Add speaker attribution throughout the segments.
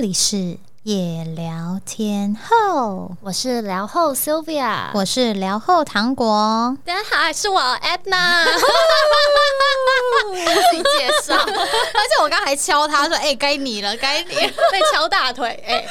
Speaker 1: 里是夜聊天后，
Speaker 2: 我是聊后 Sylvia，
Speaker 1: 我是聊后糖果。
Speaker 2: 大家好，是我 Edna，自己介绍，
Speaker 3: 而且我刚还敲他说：“哎、该你了，该你。
Speaker 2: 被敲大腿，哎、”。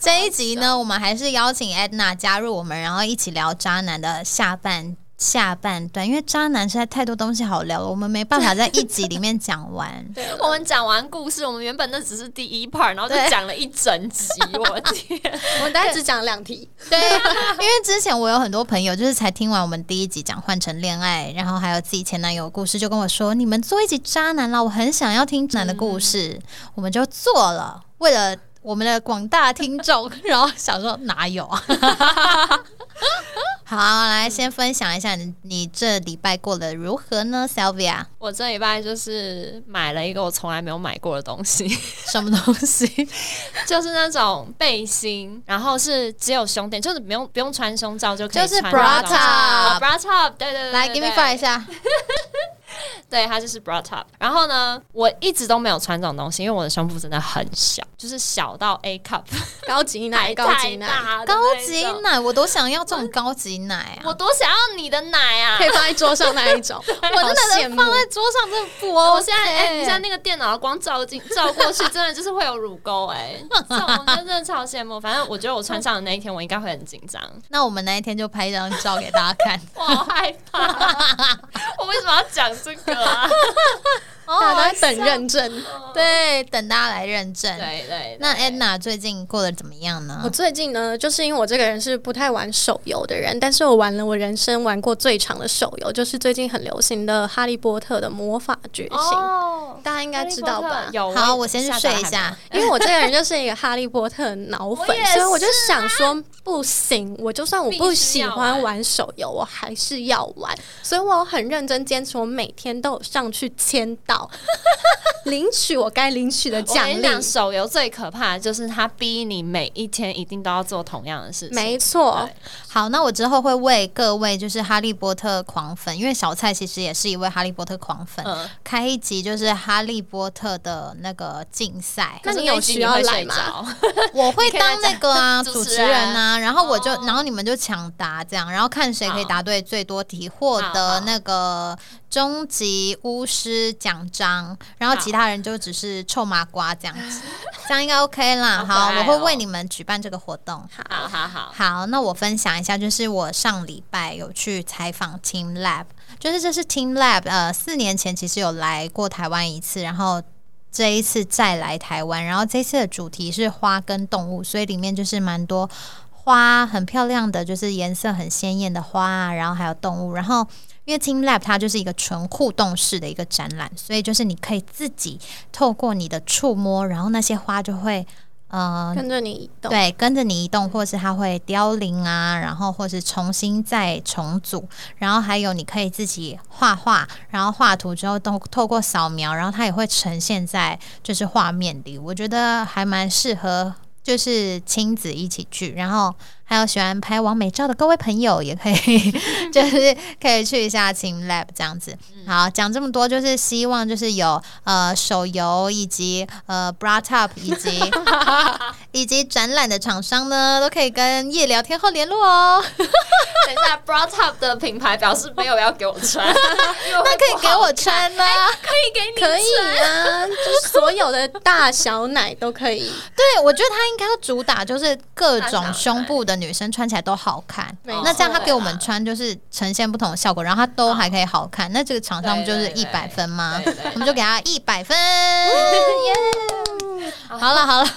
Speaker 3: 这一集呢，我们还是邀请 Edna 加入我们，然后一起聊渣男的下半下半段，因为渣男实在太多东西好聊了，我们没办法在一集里面讲完
Speaker 2: 对， 我们讲完故事，我们原本那只是第一 part，然后就
Speaker 3: 对
Speaker 2: 讲了一整 集，我天，
Speaker 4: 我们大概只讲两题，
Speaker 3: 对，啊因为之前我有很多朋友，就是才听完我们第一集讲换成恋爱，然后还有自己前男友的故事，就跟我说：“你们做一集渣男啦，我很想要听渣男的故事。我们就做了，为了我们的广大听众，然后想说哪有啊？ 好，来先分享一下你你这礼拜过得如何呢，Sylvia？
Speaker 2: 我这礼拜就是买了一个我从来没有买过的东西，
Speaker 3: 什么东西？
Speaker 2: 就是那种背心，然后是只有胸垫，就是不用不用穿胸罩就可以
Speaker 3: 就是
Speaker 2: 穿的
Speaker 3: bra
Speaker 2: 那种。
Speaker 3: top
Speaker 2: 哦 bra top，对对对
Speaker 3: 来
Speaker 2: 对
Speaker 3: ，give me
Speaker 2: 对
Speaker 3: five 一下。
Speaker 2: 对，它就是 bra top。然后呢，我一直都没有穿这种东西，因为我的胸部真的很小，就是小到 A cup，
Speaker 4: 高级奶，
Speaker 2: 还
Speaker 4: 高级
Speaker 2: 太
Speaker 4: 奶，
Speaker 2: 大的
Speaker 3: 高
Speaker 2: 那一
Speaker 3: 级
Speaker 2: 种。
Speaker 3: 奶，我都想要这种高级奶啊！
Speaker 2: 我多想要你的奶啊
Speaker 4: 可！以放在桌上那 一种，
Speaker 3: 我
Speaker 4: 我
Speaker 3: 真的
Speaker 4: 真
Speaker 3: 能
Speaker 4: 的
Speaker 3: 放
Speaker 4: 放
Speaker 3: 在
Speaker 4: 在
Speaker 3: 桌上，真的不
Speaker 2: 我
Speaker 3: OK。
Speaker 2: 现在，哎、你现在那个电脑光照进照过去，真的就是会有乳沟哎、这种我真的超羡慕。反正我觉得我穿上的那一天，我应该会很紧张，
Speaker 3: 那我们那一天就拍一张照给大家看。
Speaker 2: 我好害怕。我为什么要讲这个啊？
Speaker 4: 大家都在等认证。
Speaker 3: 对，等大家来认证。
Speaker 2: 对对，
Speaker 3: 那 Anna 最近过得怎么样呢
Speaker 4: 我？最近呢，就是因为我这个人是不太玩手游的人，但是我玩了我人生玩过最长的手游，就是最近很流行的《哈利波特》的魔法觉醒，
Speaker 2: 哦，
Speaker 4: 大家应该知道吧？
Speaker 2: 有
Speaker 3: 好，我先去睡一
Speaker 2: 下载还
Speaker 3: 下
Speaker 2: 没。
Speaker 4: 因为我这个人就是一个哈利波特脑粉，
Speaker 2: 我也是啊
Speaker 4: 所以我就想说，不行，我就算我不喜
Speaker 2: 必须要
Speaker 4: 欢
Speaker 2: 玩
Speaker 4: 玩手游，我还是要玩。所以我很认真坚持，我每天都有上去签 到，领取我该领取的
Speaker 2: 我
Speaker 4: 奖
Speaker 2: 跟你
Speaker 4: 励。
Speaker 2: 讲，手游最可怕的就是它逼你每一天一定都要做同样的事情。
Speaker 4: 没错，
Speaker 3: 好，那我之后会为各位就是哈利波特狂粉，因为小蔡其实也是一位哈利波特狂粉，
Speaker 2: 嗯，
Speaker 3: 开一集就是哈利波特的那个竞赛。
Speaker 4: 那
Speaker 2: 可是
Speaker 4: 你有
Speaker 2: 一集
Speaker 4: 需要
Speaker 2: 会
Speaker 4: 来
Speaker 2: 睡
Speaker 4: 吗
Speaker 2: 着？
Speaker 3: 我会
Speaker 2: 可以
Speaker 3: 当
Speaker 2: 来
Speaker 3: 那个啊
Speaker 2: 讲
Speaker 3: 主
Speaker 2: 主持
Speaker 3: 持人
Speaker 2: 人
Speaker 3: 啊，然后我就，
Speaker 2: 哦
Speaker 3: 然后你们就抢答这样，然后看谁可以
Speaker 2: 好
Speaker 3: 答对最多题，获
Speaker 2: 好
Speaker 3: 得
Speaker 2: 好
Speaker 3: 那个终极巫师奖章，然后其
Speaker 2: 好
Speaker 3: 他人就只是臭麻瓜这样 子，这样应该 OK 啦。
Speaker 2: 好可
Speaker 3: 好，我
Speaker 2: 爱
Speaker 3: 会
Speaker 2: 哦
Speaker 3: 为你们举办这个活动。
Speaker 2: 好好好，
Speaker 3: 好，那我分享一下，就是我上礼拜有去采访 Team Lab，就是这是 Team Lab，呃，四年前其实有来过台湾一次，然后。这一次再来台湾，然后这次的主题是花跟动物，所以里面就是蛮多花，很漂亮的，就是颜色很鲜艳的花啊，然后还有动物。然后因为 Team Lab 它就是一个纯互动式的一个展览，所以就是你可以自己透过你的触摸，然后那些花就会呃
Speaker 4: 跟着你移动。
Speaker 3: 对，跟着你移动，或是它会凋零啊，然后或是重新再重组，然后还有你可以自己画画，然后画图之后都透过扫描，然后它也会呈现在就是画面里，我觉得还蛮适合。就是亲子一起去，然后还有喜欢拍完美照的各位朋友也可 以，就是可以去一下晴 lab 这样子。好，讲这么多就是希望就是有呃手游以及呃 bra top 以 及 以及展览的厂商呢，都可以跟夜聊天后联络哦。
Speaker 2: 等一下，Bra Top 的品牌表示没有要给我 穿，那
Speaker 3: 那可以给我，穿啊呢、
Speaker 2: 可以给你穿
Speaker 4: 可以啊，就是所有的大小奶都可以，
Speaker 3: 对，我觉得他应该要主打就是各
Speaker 2: 大小
Speaker 3: 种
Speaker 2: 奶
Speaker 3: 胸部的女生穿起来都好看。
Speaker 4: 没
Speaker 3: 那这样
Speaker 4: 错
Speaker 3: 他给我们穿就是呈现不同的效果，然后他都还可以好看。那这个厂商不就是
Speaker 2: 对对
Speaker 3: 一
Speaker 2: 对
Speaker 3: 百分吗
Speaker 2: 对对对？
Speaker 3: 我们就给他一百 分。耶！好了好了，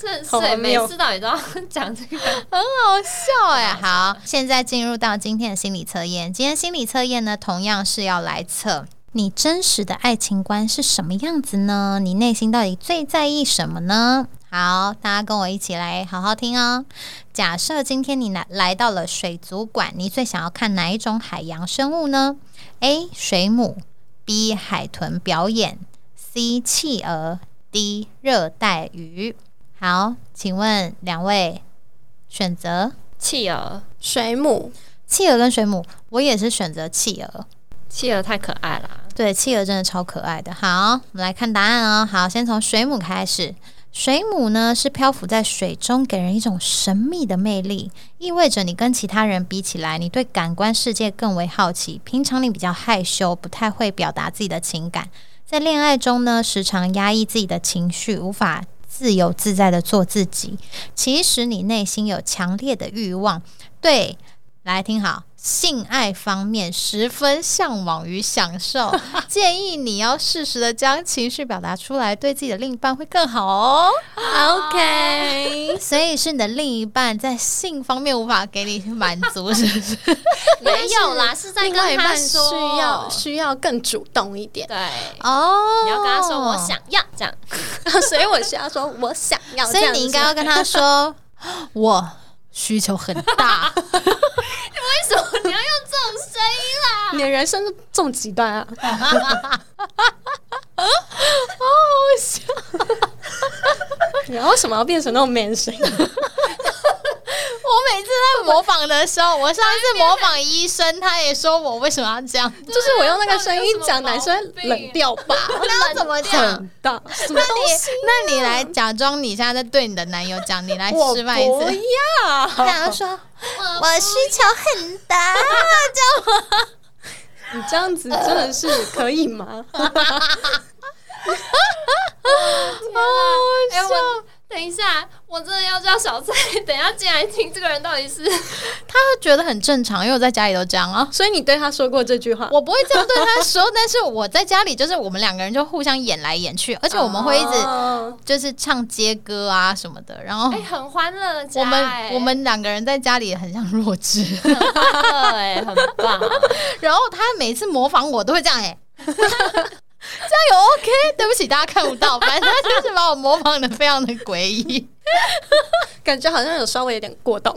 Speaker 2: 真
Speaker 4: 好
Speaker 3: 哦
Speaker 2: 是
Speaker 4: 荒
Speaker 2: 每
Speaker 4: 谬
Speaker 2: 次到底都要讲这个。
Speaker 3: 很好笑哎、好，现在进入到今天的心理测验。今天心理测验呢，同样是要来测你真实的爱情观是什么样子呢？你内心到底最在意什么呢？好，大家跟我一起来好好听哦。假设今天你来来到了水族馆，你最想要看哪一种海洋生物呢？A. 水母 B. 海豚表演 C. 企鹅 D. 热带鱼。好，请问两位选择
Speaker 2: 企鹅，
Speaker 4: 水母
Speaker 3: 企鹅跟水母，我也是选择企鹅。
Speaker 2: 企鹅太可爱啦！
Speaker 3: 对，企鹅真的超可爱的。好，我们来看答案哦。好，先从水母开始。水母呢是漂浮在水中，给人一种神秘的魅力，意味着你跟其他人比起来，你对感官世界更为好奇。平常你比较害羞，不太会表达自己的情感，在恋爱中呢，时常压抑自己的情绪，无法自由自在的做自己。其实你内心有强烈的欲望，对，来听好。性爱方面十分向往与享 受，建议你要适时的将情绪表达出来，对自己的另一半会更好哦。
Speaker 2: OK，
Speaker 3: 所以是你的另一半在性方面无法给你满 足，是不是？
Speaker 2: 没有啦，是在
Speaker 4: 另外一
Speaker 2: 跟他
Speaker 4: 半
Speaker 2: 说
Speaker 4: 需要需要更主动一 点，
Speaker 2: 对，
Speaker 3: 哦
Speaker 2: 你要跟他说我，想要 这样，
Speaker 4: 所以我需要说我想要这
Speaker 3: 所以
Speaker 4: 样子，
Speaker 3: 你应该要跟他说， 我需求很大，
Speaker 2: 为什么你要用这种声音啊啦？
Speaker 4: 你的人生就这么极端啊！ 你为什么要变成那种 man 声？
Speaker 3: 啊我每次在模仿的时候，我上一次模仿医生，他也说我为什么要这样，
Speaker 4: 就是我用那个声音讲，男生
Speaker 2: 对啊
Speaker 4: 冷掉吧，
Speaker 3: 那要怎么讲？
Speaker 4: 冷到什么东西？
Speaker 3: 那你来假装你现在在对你的男友讲，你来
Speaker 4: 我
Speaker 3: 示范一
Speaker 4: 不
Speaker 3: 次。
Speaker 4: 要，
Speaker 3: 然后说
Speaker 2: 我
Speaker 3: 我需求很大，
Speaker 4: 你这样子真的是可以吗？
Speaker 2: 哎、我等一下，我真的要叫小蔡，等一下进来听这个人到底 是
Speaker 3: 他觉得很正常，因为我在家里都这样啊。
Speaker 4: 所以你对他说过这句话？
Speaker 3: 我不会这样对他说，但是我在家里就是我们两个人就互相演来演去，而且我们会一直
Speaker 4: 哦
Speaker 3: 就是唱街歌啊什么的，然后
Speaker 2: 哎、很欢乐的家、
Speaker 3: 我们、
Speaker 2: 哎
Speaker 3: 我们两个人在家里很像弱智，
Speaker 2: 很欢乐哎、很棒。
Speaker 3: 然后他每次模仿我都会这样哎、这样有 OK？对不起，大家看不到，反正他就是把我模仿的非常的诡异，
Speaker 4: 感觉好像有稍微有点 过动。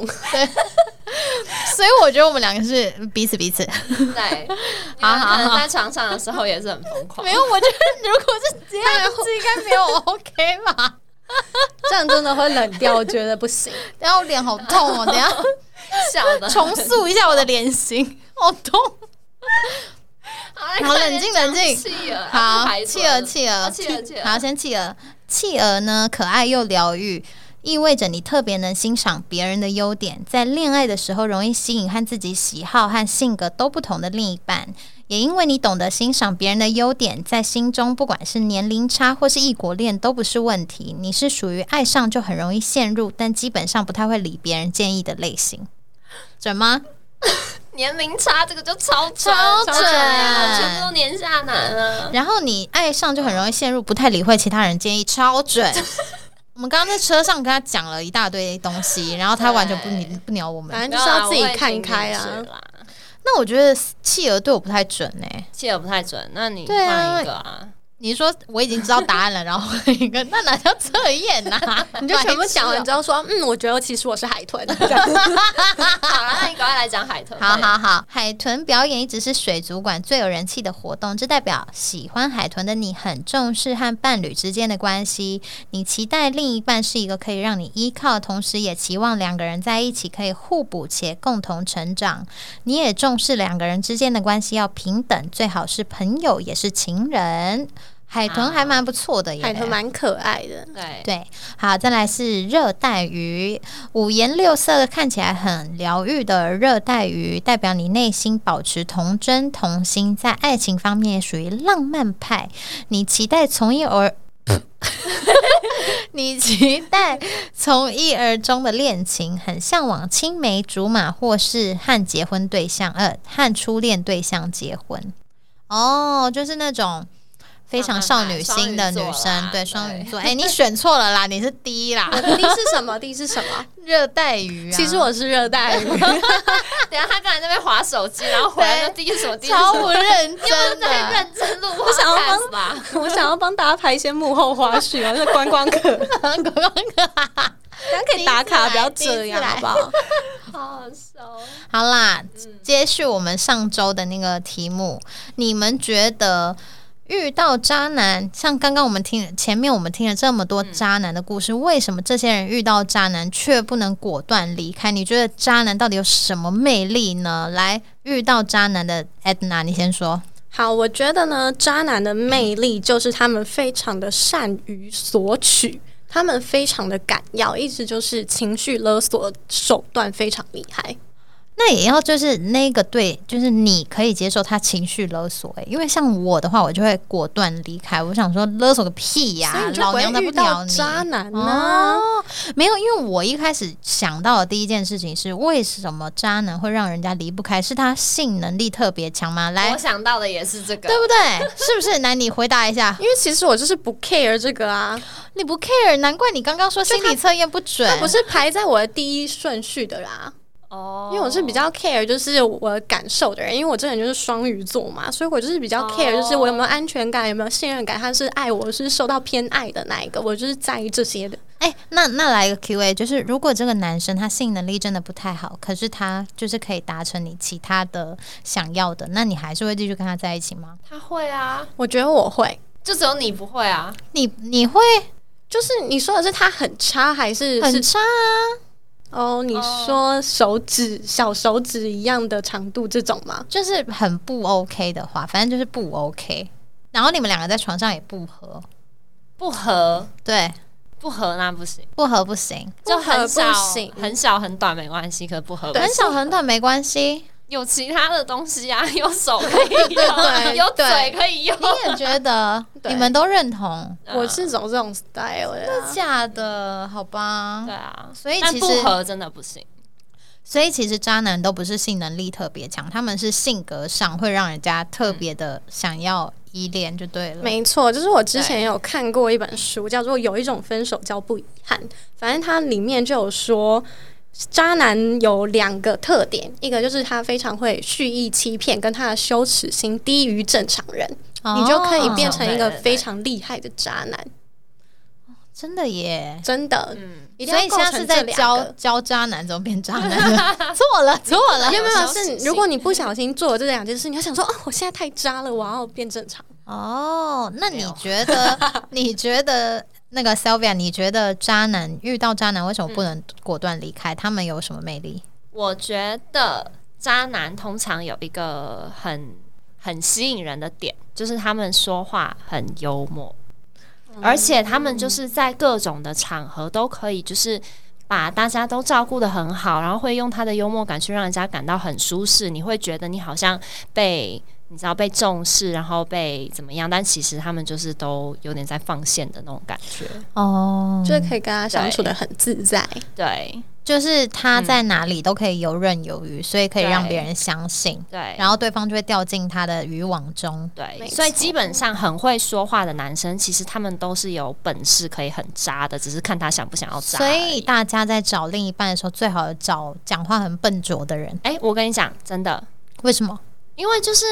Speaker 3: 所以我觉得我们两个是彼此彼此。
Speaker 2: 对，你
Speaker 3: 好
Speaker 2: 们
Speaker 3: 好
Speaker 2: 可能
Speaker 3: 好
Speaker 2: 在床上的时候也是很疯 狂
Speaker 3: 没。有，我觉得如果是这样子，应该没有 OK 吧？
Speaker 4: 这样真的会冷掉，我觉得不行。
Speaker 3: 然后脸好痛哦，等一下。
Speaker 2: 笑的，
Speaker 3: 重塑一下我的脸型，好痛！
Speaker 2: 好
Speaker 3: 好冷静冷静
Speaker 2: 气儿，啊
Speaker 3: 好，
Speaker 2: 气
Speaker 3: 企鹅，企鹅，
Speaker 2: 哦啊企鹅，企鹅，
Speaker 3: 好，先企鹅。企鹅呢，可爱又疗愈，意味着你特别能欣赏别人的优点，在恋爱的时候容易吸引和自己喜好和性格都不同的另一半。也因为你懂得欣赏别人的优点，在心中不管是年龄差或是异国恋都不是问题。你是属于爱上就很容易陷入，但基本上不太会理别人建议的类型，准吗？
Speaker 2: 年龄差这个就超准
Speaker 3: 超准
Speaker 2: 啊全部都年下男啊！
Speaker 3: 然后你爱上就很容易陷入不太理会其他人建议，超 准。我们刚刚在车上跟他讲了一大堆东西，然后他完全不理
Speaker 2: 对
Speaker 3: 不鸟我们。
Speaker 4: 反正就是要自己看开
Speaker 2: 没有啦
Speaker 4: 啊
Speaker 2: 我也是。啦
Speaker 3: 那我觉得企鹅对我不太准哎、
Speaker 2: 气儿不太准，那你
Speaker 3: 对啊
Speaker 2: 换一个啊。
Speaker 3: 你说我已经知道答案了，然后换一个，那哪叫测验啊呐、
Speaker 4: 你就全部讲
Speaker 3: 白
Speaker 4: 完
Speaker 3: 痴
Speaker 4: 之后说，嗯，我觉得其实我是海 豚。
Speaker 2: 好了，那你赶快来讲海豚。
Speaker 3: 好好好，海豚表演一直是水族馆最有人气的活动，这代表喜欢海豚的你很重视和伴侣之间的关系，你期待另一半是一个可以让你依靠，同时也期望两个人在一起可以互补且共同成长。你也重视两个人之间的关系要平等，最好是朋友也是情人。海豚还蛮不错的耶，
Speaker 4: 啊海豚蛮可爱的，
Speaker 2: 对，
Speaker 3: 对，好，再来是热带鱼，五颜六色，看起来很疗愈的热带鱼，代表你内心保持童真童心，在爱情方面也属于浪漫派，你期待从一而。 你期待从一而终的恋情，很向往青梅竹马，或是和结婚对象，呃，和初恋对象结婚。哦，就是那种非常少女心的女生，
Speaker 2: 浪漫派
Speaker 3: 对嗯双
Speaker 2: 双
Speaker 3: 鱼
Speaker 2: 鱼
Speaker 3: 座。哎、你选错了啦，你是 D 啦，
Speaker 4: D 是什么？D 是什么？
Speaker 3: 热带鱼啊。
Speaker 4: 其实我是热带 鱼，
Speaker 2: 等一下他刚才在那边划手机，然后回来就第一什么第一什
Speaker 3: 超不
Speaker 2: 么，
Speaker 3: 认
Speaker 2: 就是
Speaker 3: 真
Speaker 2: 在
Speaker 3: 的，
Speaker 2: 认真录
Speaker 4: 想要帮
Speaker 2: podcast 吧？
Speaker 4: 我想要帮大家拍一些幕后花絮啊，是观光客， 大家可以打卡，不要这样好不好？
Speaker 2: 好好笑。
Speaker 3: 好哦啦，接续我们上周的那个题目，你们觉得遇到渣男，像刚刚我们听前面我们听了这么多渣男的故事，为什么这些人遇到渣男却不能果断离开？你觉得渣男到底有什么魅力呢？来，遇到渣男的 Edna，你先说。
Speaker 4: 好，我觉得呢，渣男的魅力就是他们非常的善于索取，他们非常的敢要，一直就是情绪勒索手段非常厉害。
Speaker 3: 那也要就是那个对，就是你可以接受他情绪勒索、欸，因为像我的话，我就会果断离开。我想说勒索个屁呀、
Speaker 4: 所以你就
Speaker 3: 老
Speaker 4: 不
Speaker 3: 娘才
Speaker 4: 会
Speaker 3: 不
Speaker 4: 遇到
Speaker 3: 鸟你！
Speaker 4: 渣男啊呢、
Speaker 3: 哦，没有，因为我一开始想到的第一件事情是，为什么渣男会让人家离不开？是他性能力特别强吗？来
Speaker 2: 我，想到的也是这个
Speaker 3: 对，不对？是不是？来，你回答一下。
Speaker 4: 因为其实我就是不 care 这个啊，
Speaker 3: 你不 care，难怪你刚刚说心理测验不准
Speaker 2: 哎
Speaker 4: 它。不是排在我的第一顺序的啦。
Speaker 2: 哦
Speaker 4: 因为我是比较 care 就是我的感受的人，因为我这人就是双鱼座嘛，所以我就是比较 care
Speaker 2: 哦
Speaker 4: 就是我有没有安全感，有没有信任感，他是爱我是受到偏爱的那一个，我就是在意这些的。
Speaker 3: 哎、那那来一个 Q A，就是如果这个男生他性能力真的不太好，可是他就是可以达成你其他的想要的，那你还是会继续跟他在一起吗？
Speaker 2: 他会啊，
Speaker 4: 我觉得我会，
Speaker 2: 就只有你不会啊。
Speaker 3: 你你会
Speaker 4: 就是你说的是他很差还是
Speaker 3: 很
Speaker 4: 是
Speaker 3: 差啊？
Speaker 4: 哦？你说手指小手指一样的长度这种吗？
Speaker 3: 就是很不 OK 的话，反正就是不 OK。然后你们两个在床上也不合，
Speaker 2: 不合
Speaker 3: 对，
Speaker 2: 不合那不行，
Speaker 3: 不合不行。
Speaker 2: 就很小
Speaker 4: 不行
Speaker 2: 很小很短没关系，可不合不
Speaker 3: 很
Speaker 2: 行
Speaker 3: 小很短没关系，
Speaker 2: 有其他的东西啊，有手可以 用，
Speaker 4: 对
Speaker 2: 有嘴
Speaker 4: 对
Speaker 2: 可以用
Speaker 3: 你。也觉得
Speaker 4: 对
Speaker 3: 你们都认同？
Speaker 2: 嗯
Speaker 4: 我是走这种 style 的啊、
Speaker 3: 假的，好吧
Speaker 2: 对。啊，
Speaker 3: 所以
Speaker 2: 但
Speaker 3: 其实
Speaker 2: 不合真的不行。
Speaker 3: 所以其实渣男都不是性能力特别强，他们是性格上会让人家特别的想要依恋就对了。
Speaker 4: 没错，就是我之前
Speaker 2: 对
Speaker 4: 有看过一本书，叫做《有一种分手叫不遗憾》，反正它里面就有说，渣男有两个特点，一个就是他非常会蓄意欺骗，跟他的羞耻心低于正常人，
Speaker 3: 哦
Speaker 4: 你就可以变成一个
Speaker 2: 对对对
Speaker 4: 非常厉害的渣男，
Speaker 3: 真的耶。
Speaker 4: 真的。
Speaker 2: 嗯，
Speaker 4: 一定
Speaker 3: 所
Speaker 4: 要
Speaker 3: 以现在是在
Speaker 4: 构成这两
Speaker 3: 教
Speaker 4: 个。
Speaker 3: 教渣男怎么变渣男 了，错了错了
Speaker 4: 没有没有，
Speaker 2: 羞耻心
Speaker 4: 是如果你不小心做了这两件事，你要想说，哦，我现在太渣了，我要变正常。
Speaker 3: 哦。那
Speaker 2: 没
Speaker 3: 你
Speaker 2: 有
Speaker 3: 觉得 你觉得那个 Sylvia，你觉得渣男遇到渣男为什么不能果断离开？他们有什么魅力？
Speaker 2: 我觉得渣男通常有一个很很吸引人的点，就是他们说话很幽默，而且他们就是在各种的场合都可以，就是。把大家都照顾的很好，然后会用他的幽默感去让人家感到很舒适，你会觉得你好像被你知道被重视，然后被怎么样，但其实他们就是都有点在放线的那种感觉。
Speaker 3: 哦，
Speaker 4: 就是可以跟他相处的很自在。
Speaker 2: 对
Speaker 3: 就是他在哪里都可以游刃有余，所以可以让
Speaker 2: 对
Speaker 3: 别人相信，
Speaker 2: 对，
Speaker 3: 然后对方就会掉进他的渔网中。
Speaker 2: 对，
Speaker 4: 没
Speaker 2: 所以
Speaker 4: 错
Speaker 2: 基本上很会说话的男生，其实他们都是有本事可以很渣的，只是看他想不想要渣而
Speaker 3: 所
Speaker 2: 已。
Speaker 3: 以大家在找另一半的时候，最好找讲话很笨拙的人。
Speaker 2: 哎、我跟你讲，真的，
Speaker 3: 为什么？
Speaker 2: 因为就是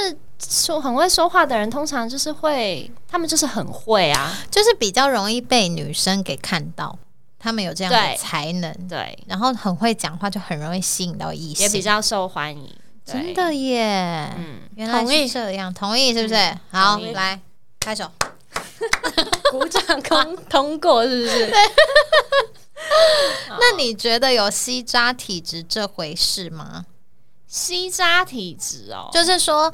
Speaker 2: 说很会说话的人，通常就是会，他们就是很会啊，
Speaker 3: 就是比较容易被女生给看到，他们有这样
Speaker 2: 对
Speaker 3: 的才能，
Speaker 2: 对，
Speaker 3: 然后很会讲话，就很容易吸引到异
Speaker 2: 也比
Speaker 3: 性。
Speaker 2: 较受欢迎。
Speaker 3: 真，
Speaker 2: 对
Speaker 3: 的耶，
Speaker 2: 嗯，
Speaker 3: 原来
Speaker 4: 同意
Speaker 3: 是这样，同意是不是？好，
Speaker 2: 同意
Speaker 3: 来拍手。
Speaker 4: 鼓 掌通通过是不是？
Speaker 2: 啊
Speaker 3: 那你觉得有吸渣体质这回事吗？
Speaker 2: 吸渣体质哦，
Speaker 3: 就是说，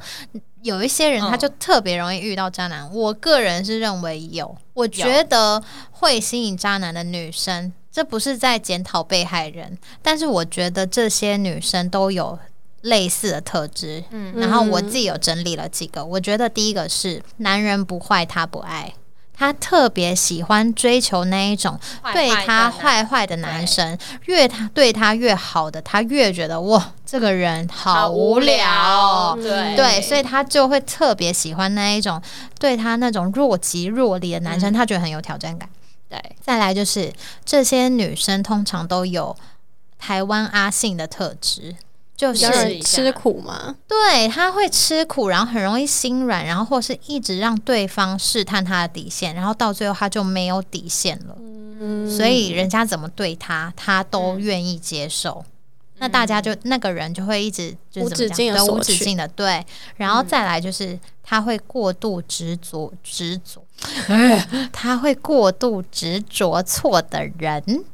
Speaker 3: 有一些人
Speaker 2: 嗯
Speaker 3: 他就特别容易遇到渣男。我个人是认为有，我觉得会吸引渣男的女生，这不是在检讨被害人，但是我觉得这些女生都有类似的特质。
Speaker 2: 嗯
Speaker 3: 然后我自己有整理了几个，我觉得第一个是男人不坏他不爱。他特别喜欢追求那一种
Speaker 2: 坏
Speaker 3: 对
Speaker 2: 坏的
Speaker 3: 他
Speaker 2: 男
Speaker 3: 坏坏的男生，越他对他越好的，他越觉得哇，这个人好无聊。哦
Speaker 2: 对
Speaker 3: 对，所以他就会特别喜欢那一种对他那种若即若离的男生，他觉得很有挑战感。
Speaker 2: 对
Speaker 3: 再来就是这些女生通常都有台湾阿信的特质，就
Speaker 4: 让
Speaker 3: 是
Speaker 4: 人吃苦吗？
Speaker 3: 对她会吃苦，然后很容易心软，然后或是一直让对方试探她的底线，然后到最后她就没有底线了。所以
Speaker 4: 嗯
Speaker 3: 人家怎么对她，她都愿意接受。那大家就那个人就会一直就是
Speaker 4: 嗯无
Speaker 3: 怎么
Speaker 4: 止
Speaker 3: 讲
Speaker 4: 境地
Speaker 3: 对
Speaker 4: 索
Speaker 3: 无止
Speaker 4: 取嗯
Speaker 3: 境的对，然后再来就是他会过度执着执 着，他会过度执着错的人，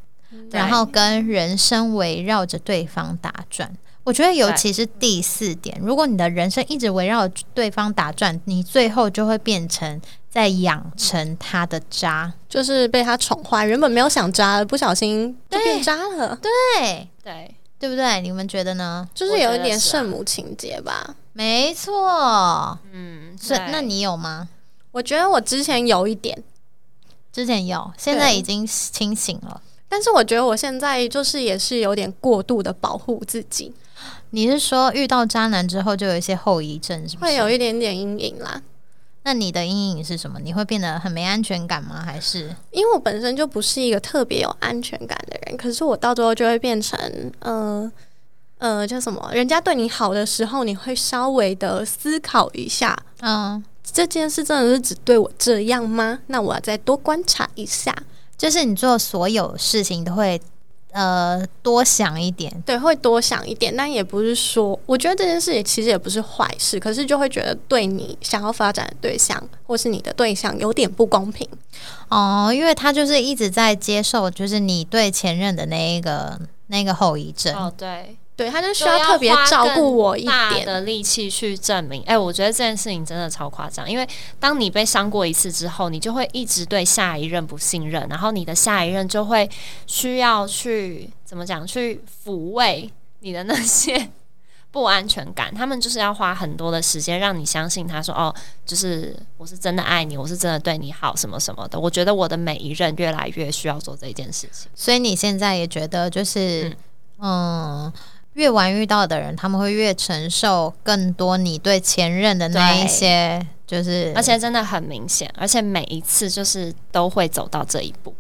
Speaker 3: 然后跟人生围绕着对方打转。我觉得尤其是第四点，如果你的人生一直围绕对方打转，你最后就会变成在养成他的渣。
Speaker 4: 就是被他宠坏，原本没有想渣，不小心就变渣了，对，
Speaker 3: 对，
Speaker 2: 对，
Speaker 3: 对不对？你们觉得呢？
Speaker 4: 就是有一点圣母情节吧。
Speaker 3: 没错，
Speaker 2: 嗯，
Speaker 3: 所以
Speaker 2: 对
Speaker 3: 那你有吗？
Speaker 4: 我觉得我之前有一点，
Speaker 3: 之前有，现在已经清醒了。
Speaker 4: 但是我觉得我现在就是也是有点过度的保护自己，
Speaker 3: 你是说遇到渣男之后就有一些后遗症，是不是？
Speaker 4: 会有一点点阴影啦。
Speaker 3: 那你的阴影是什么？你会变得很没安全感吗？还是
Speaker 4: 因为我本身就不是一个特别有安全感的人，可是我到最后就会变成，呃呃，叫什么？人家对你好的时候，你会稍微的思考一下，
Speaker 3: 嗯，
Speaker 4: 这件事真的是只对我这样吗？那我要再多观察一下，
Speaker 3: 就是你做所有事情都会呃多想一点，
Speaker 4: 对，会多想一点。但也不是说，我觉得这件事也其实也不是坏事，可是就会觉得对你想要发展的对象，或是你的对象有点不公平。
Speaker 3: 哦，因为他就是一直在接受，就是你对前任的那一个那个后遗症。
Speaker 2: 哦，对，
Speaker 4: 对，他就需
Speaker 2: 就
Speaker 4: 要特别
Speaker 2: 花
Speaker 4: 照顾
Speaker 2: 更
Speaker 4: 我一
Speaker 2: 大
Speaker 4: 点。
Speaker 2: 的力气去证明。哎、我觉得这件事情真的超夸张，因为当你被伤过一次之后，你就会一直对下一任不信任，然后你的下一任就会需要去怎么讲，去抚慰你的那些 不安全感。他们就是要花很多的时间让你相信他说，哦，就是我是真的爱你，我是真的对你好，什么什么的。我觉得我的每一任越来越需要做这件事情。
Speaker 3: 所以你现在也觉得就是嗯。越晚遇到的人，他们会越承受更多你对前任的那一
Speaker 2: 对
Speaker 3: 些，就是
Speaker 2: 而且真的很明显，而且每一次就是都会走到这一步。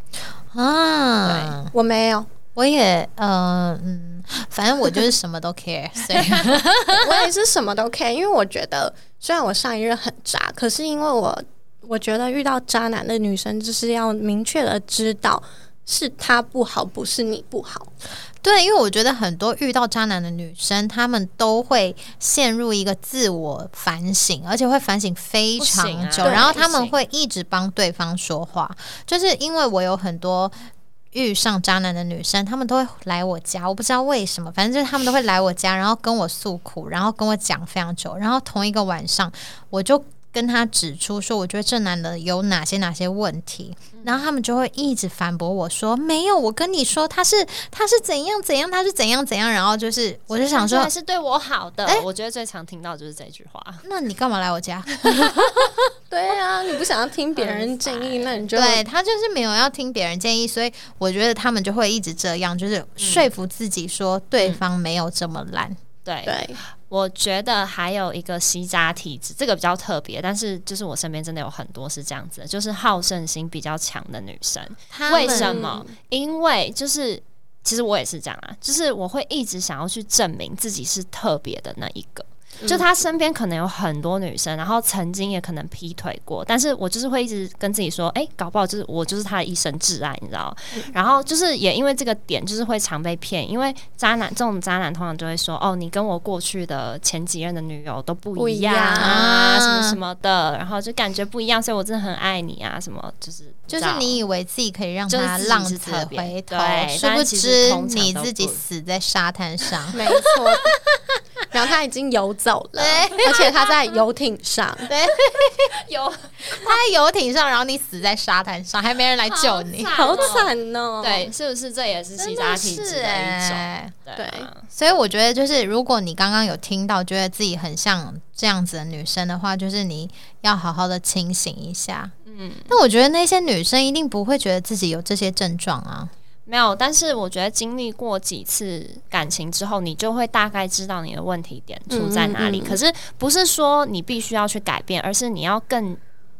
Speaker 3: 啊，
Speaker 4: 我没有，
Speaker 3: 我也呃嗯，反正我就是什么都 care，所以
Speaker 4: 我也是什么都 care，因为我觉得虽然我上一任很渣，可是因为我我觉得遇到渣男的女生就是要明确的知道是他不好，不是你不好。
Speaker 3: 对，因为我觉得很多遇到渣男的女生，她们都会陷入一个自我反省，而且会反省非常
Speaker 2: 不
Speaker 3: 久，
Speaker 2: 行啊
Speaker 3: 然后
Speaker 2: 对
Speaker 3: 她们
Speaker 2: 不行
Speaker 3: 会一直帮对方说话，就是因为我有很多。遇上渣男的女生，她们都会来我家，我不知道为什么，反正就是她们都会来我家，然后跟我诉苦，然后跟我讲非常久，然后同一个晚上，我就跟他指出说，我觉得这男的有哪些哪些问题，然后他们就会一直反驳我说，没有，我跟你说他是他是怎样怎样，他是怎样怎样，然后就是我就想
Speaker 2: 但是
Speaker 3: 说
Speaker 2: 还，是对我好的。
Speaker 3: 哎
Speaker 2: 我觉得最常听到就是这句话。
Speaker 3: 那你干嘛来我 家？
Speaker 4: 对啊，你不想要听别人建议，那你就
Speaker 3: 对他就是没有要听别人建议，所以我觉得他们就会一直这样，就是说服自己说对方没有这么烂。
Speaker 2: 对，
Speaker 4: 对
Speaker 2: 我觉得还有一个吸渣体质，这个比较特别，但是就是我身边真的有很多是这样子的，就是好胜心比较强的女生。
Speaker 3: 他
Speaker 2: 为
Speaker 3: 们
Speaker 2: 什么？因为就是其实我也是这样啊，就是我会一直想要去证明自己是特别的那一个。
Speaker 3: 嗯
Speaker 2: 就他身边可能有很多女生，然后曾经也可能劈腿过，但是我就是会一直跟自己说，哎、搞不好就是我就是他的一生挚爱，你知道？
Speaker 3: 嗯
Speaker 2: 然后就是也因为这个点，就是会常被骗，因为渣男这种渣男通常就会说，哦，你跟我过去的前几任的女友都
Speaker 4: 不
Speaker 2: 不
Speaker 4: 一。
Speaker 2: 一样啊，
Speaker 3: 样
Speaker 2: 什么什么的，然后就感觉不一样，所以我真的很爱你啊，什么就是
Speaker 3: 就是
Speaker 2: 知道
Speaker 3: 你以为自己可以让
Speaker 2: 就是
Speaker 3: 他
Speaker 2: 自己
Speaker 3: 浪
Speaker 2: 是
Speaker 3: 子
Speaker 2: 特别
Speaker 3: 回头
Speaker 2: 对，
Speaker 3: 殊
Speaker 2: 但
Speaker 3: 不
Speaker 2: 其实
Speaker 3: 知
Speaker 2: 通常
Speaker 3: 你
Speaker 2: 都
Speaker 3: 自己
Speaker 2: 不
Speaker 3: 死在沙滩上
Speaker 4: 没错。然后他已经游走了，而且他在游艇上。
Speaker 2: 有
Speaker 3: 他在游艇上，然后你死在沙滩上，还没人来救你，
Speaker 4: 好惨哦！
Speaker 2: 对，是不是这也是吸
Speaker 3: 真
Speaker 2: 渣
Speaker 3: 的
Speaker 2: 体质
Speaker 3: 是
Speaker 2: 嗯的一种？
Speaker 3: 哎、
Speaker 2: 对啊
Speaker 3: 所以我觉得，就是如果你刚刚有听到，觉得自己很像这样子的女生的话，就是你要好好的清醒一下。
Speaker 2: 嗯，
Speaker 3: 那我觉得那些女生一定不会觉得自己有这些症状啊。
Speaker 2: 没有。但是我觉得经历过几次感情之后，你就会大概知道你的问题点出在哪
Speaker 4: 嗯
Speaker 2: 里。
Speaker 4: 嗯嗯
Speaker 2: 可是不是说你必须要去改变，而是你要更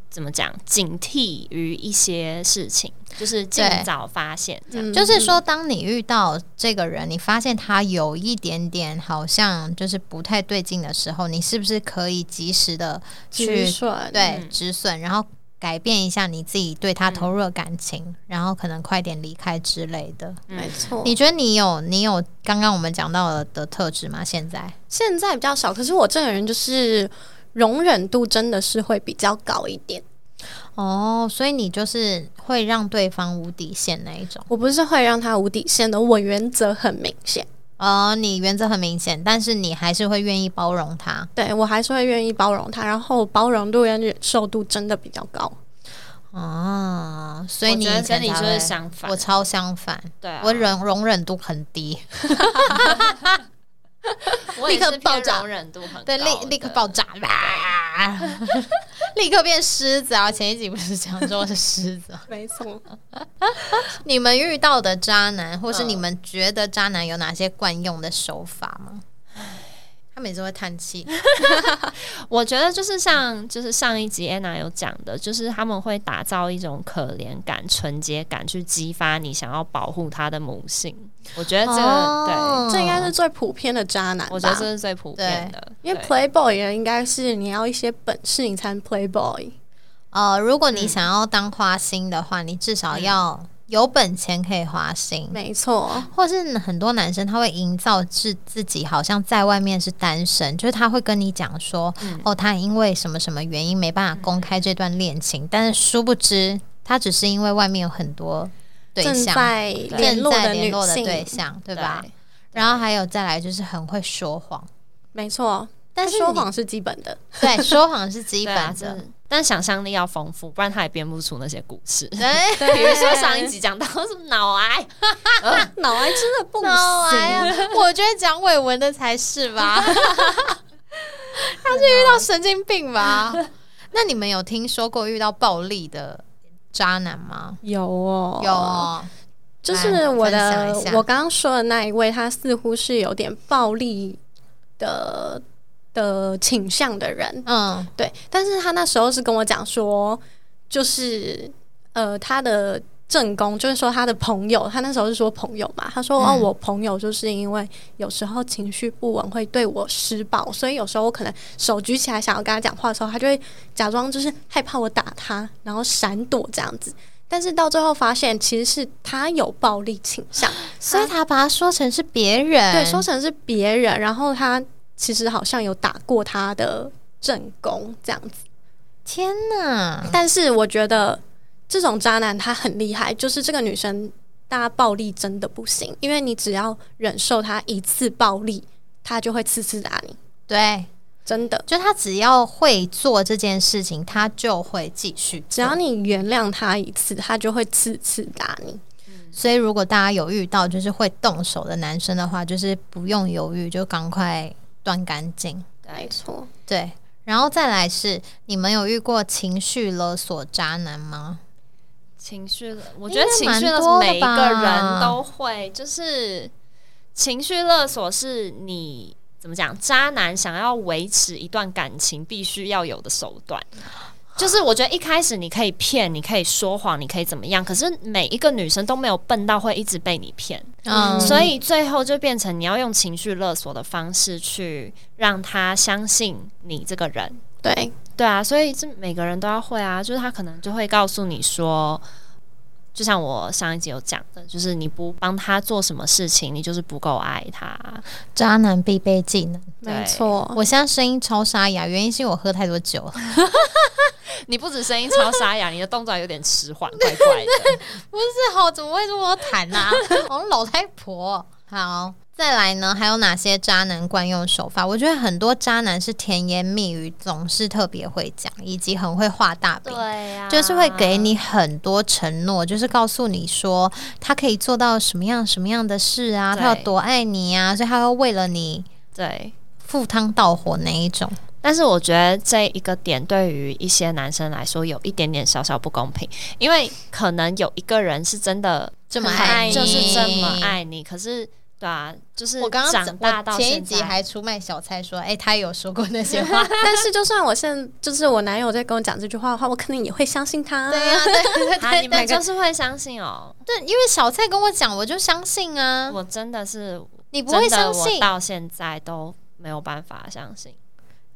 Speaker 2: 怎么讲，警惕于一些事情，就是尽
Speaker 3: 对
Speaker 2: 早发现这样。
Speaker 4: 嗯，
Speaker 3: 就是说，当你遇到这个人，你发现他有一点点好像就是不太对劲的时候，你是不是可以及时的去
Speaker 4: 去算，
Speaker 3: 对
Speaker 2: 嗯
Speaker 3: 止损，然后改变一下你自己对他投入的感情，然后可能快点离开之类的。
Speaker 4: 没错。
Speaker 3: 你觉得你有你有刚刚我们讲到的特质吗？现在
Speaker 4: 现在比较少，可是我这个人就是容忍度真的是会比较高一点。
Speaker 3: 哦，所以你就是会让对方无底线那一种。
Speaker 4: 我不是会让他无底线的，我原则很明显，
Speaker 3: 哦，你原则很明显，但是你还是会愿意包容他。
Speaker 4: 对我还是会愿意包容他，然后包容度跟忍受度真的比较高。
Speaker 3: 哦，所以
Speaker 2: 我
Speaker 3: 你
Speaker 2: 觉得
Speaker 3: 以前
Speaker 2: 跟你就
Speaker 3: 才
Speaker 2: 是
Speaker 3: 会
Speaker 2: 相反
Speaker 3: 我，超相反，
Speaker 2: 对啊，
Speaker 3: 我容容忍度很低，
Speaker 2: 我也
Speaker 3: 立刻
Speaker 2: 是
Speaker 3: 爆
Speaker 2: 偏
Speaker 3: 炸
Speaker 2: 容忍度很高
Speaker 3: 对，立立刻
Speaker 2: 的
Speaker 3: 爆炸，
Speaker 2: 啊
Speaker 3: 啦 立刻变狮子啊！前一集不是讲说我是狮子吗？
Speaker 4: 没错，
Speaker 3: 你们遇到的渣男，或是
Speaker 2: 嗯
Speaker 3: 你们觉得渣男有哪些惯用的手法吗？他每次会叹气，
Speaker 2: 我觉得就是像就是上一集 Anna 有讲的，就是他们会打造一种可怜感、纯洁感，去激发你想要保护他的母性。我觉得这个、
Speaker 3: 哦
Speaker 4: 这应该是最普遍的渣男吧。
Speaker 2: 对，我觉得这是最普遍的，
Speaker 4: 因为
Speaker 2: 对
Speaker 4: playboy 也应该是你要一些本事，你才能 playboy。
Speaker 3: 呃，如果你想要当花心的话，你至少要有本钱可以花心，
Speaker 4: 没错，
Speaker 3: 或是很多男生他会营造自自己好像在外面是单身，就是他会跟你讲说，
Speaker 4: 嗯
Speaker 3: 哦，他因为什么什么原因没办法公开这段恋情，但是殊不知他只是因为外面有很多对
Speaker 4: 正
Speaker 3: 象，
Speaker 4: 在联
Speaker 3: 正
Speaker 4: 络
Speaker 3: 在
Speaker 4: 的
Speaker 3: 联
Speaker 4: 女
Speaker 3: 络的对
Speaker 4: 性，
Speaker 3: 象，对
Speaker 2: 对
Speaker 3: 吧？？然后还有再来就是很会说谎，
Speaker 4: 没错，
Speaker 3: 但是
Speaker 4: 说
Speaker 3: 你
Speaker 4: 谎是基本的。
Speaker 3: 对说谎是基
Speaker 2: 对
Speaker 3: 本
Speaker 2: 啊，
Speaker 3: 的
Speaker 2: 这，但想象力要丰富，不然他也编不出那些故事。
Speaker 3: 对，哎
Speaker 2: 比如说上一集讲到什么脑癌，
Speaker 4: 脑癌真的不行，
Speaker 3: 啊 脑癌啊！我觉得蒋伟文的才是 吧，他是遇到神经病吧？那你们有听说过遇到暴力的渣男吗？
Speaker 4: 有哦
Speaker 3: 有哦，
Speaker 4: 就是我
Speaker 3: 来分
Speaker 4: 的
Speaker 3: 享一下
Speaker 4: 我刚刚说的那一位，他似乎是有点暴力的的倾向的人，
Speaker 3: 嗯，
Speaker 4: 对。但是他那时候是跟我讲说，就是呃，他的正宫，就是说他的朋友，他那时候是说朋友嘛，他说、
Speaker 3: 嗯
Speaker 4: 哦，我朋友就是因为有时候情绪不稳会对我施暴，所以有时候我可能手举起来想要跟他讲话的时候，他就会假装就是害怕我打他，然后闪躲这样子。但是到最后发现，其实是他有暴力倾向，
Speaker 3: 所以他把他说成是别人，
Speaker 4: 对，说成是别人，然后他其实好像有打过他的正宫这样子。
Speaker 3: 天哪，
Speaker 4: 但是我觉得这种渣男他很厉害，就是这个女生大家暴力真的不行，因为你只要忍受他一次暴力，他就会次次打你，
Speaker 3: 对，
Speaker 4: 真的。
Speaker 3: 就他只要会做这件事情，他就会继续做，
Speaker 4: 只要你原谅他一次，他就会次次打你。
Speaker 3: 所以，如果大家有遇到就是会动手的男生的话，就是不用犹豫，就赶快断干净。
Speaker 4: 没错，
Speaker 3: 对，然后再来是，你们有遇过情绪勒索渣男吗？
Speaker 2: 情绪勒，我
Speaker 3: 应
Speaker 2: 觉得
Speaker 3: 该
Speaker 2: 情
Speaker 3: 蛮
Speaker 2: 绪勒
Speaker 3: 多
Speaker 2: 索
Speaker 3: 的
Speaker 2: 每一个
Speaker 3: 吧
Speaker 2: 人都会，就是情绪勒索是你怎么讲，渣男想要维持一段感情必须要有的手段。就是我觉得一开始你可以骗，你可以说谎，你可以怎么样，可是每一个女生都没有笨到会一直被你骗，
Speaker 3: 嗯，
Speaker 2: 所以最后就变成你要用情绪勒索的方式去让他相信你这个人。
Speaker 4: 对，
Speaker 2: 对啊，所以这每个人都要会啊，就是他可能就会告诉你说，就像我上一集有讲的，就是你不帮他做什么事情，你就是不够爱他。
Speaker 3: 渣男必备技能。
Speaker 4: 没错。
Speaker 3: 我现在声音超沙哑，原因是因为我喝太多酒了。
Speaker 2: 你不止声音超沙哑，你的动作还有点迟缓，怪怪 的。
Speaker 3: 不是哦，怎么会这么弹 啊？我们老太婆。好，再来呢，还有哪些渣男惯用手法？我觉得很多渣男是甜言蜜语，总是特别会讲，以及很会画大饼。
Speaker 2: 对啊
Speaker 3: 就是会给你很多承诺，就是告诉你说他可以做到什么样什么样的事啊，
Speaker 2: 对
Speaker 3: 他有多爱你啊，所以他会为了你
Speaker 2: 对。
Speaker 3: 赴汤蹈火那一种。
Speaker 2: 但是我觉得这一个点对于一些男生来说有一点点小小不公平，因为可能有一个人是真的
Speaker 3: 这么
Speaker 2: 很
Speaker 3: 爱
Speaker 2: 爱
Speaker 3: 你，
Speaker 2: 就是这么。爱你，可是对啊，就是
Speaker 3: 我刚刚
Speaker 2: 长大
Speaker 3: 我
Speaker 2: 到
Speaker 3: 前一
Speaker 2: 现
Speaker 3: 集
Speaker 2: 在，
Speaker 3: 还出卖小蔡说，哎、他有说过那些话。
Speaker 4: 但是就算我现在就是我男友在跟我讲这句话的话，我肯定也会相信 他。
Speaker 3: 对呀、对对对
Speaker 2: 啊，你们
Speaker 3: 对
Speaker 2: 就
Speaker 3: 对
Speaker 2: 是会相信哦。
Speaker 3: 对，因为小蔡跟我讲，我就相信啊。
Speaker 2: 我真的是
Speaker 3: 你不
Speaker 2: 真
Speaker 3: 会
Speaker 2: 的，
Speaker 3: 相
Speaker 2: 我
Speaker 3: 信？
Speaker 2: 到现在都没有办法相信。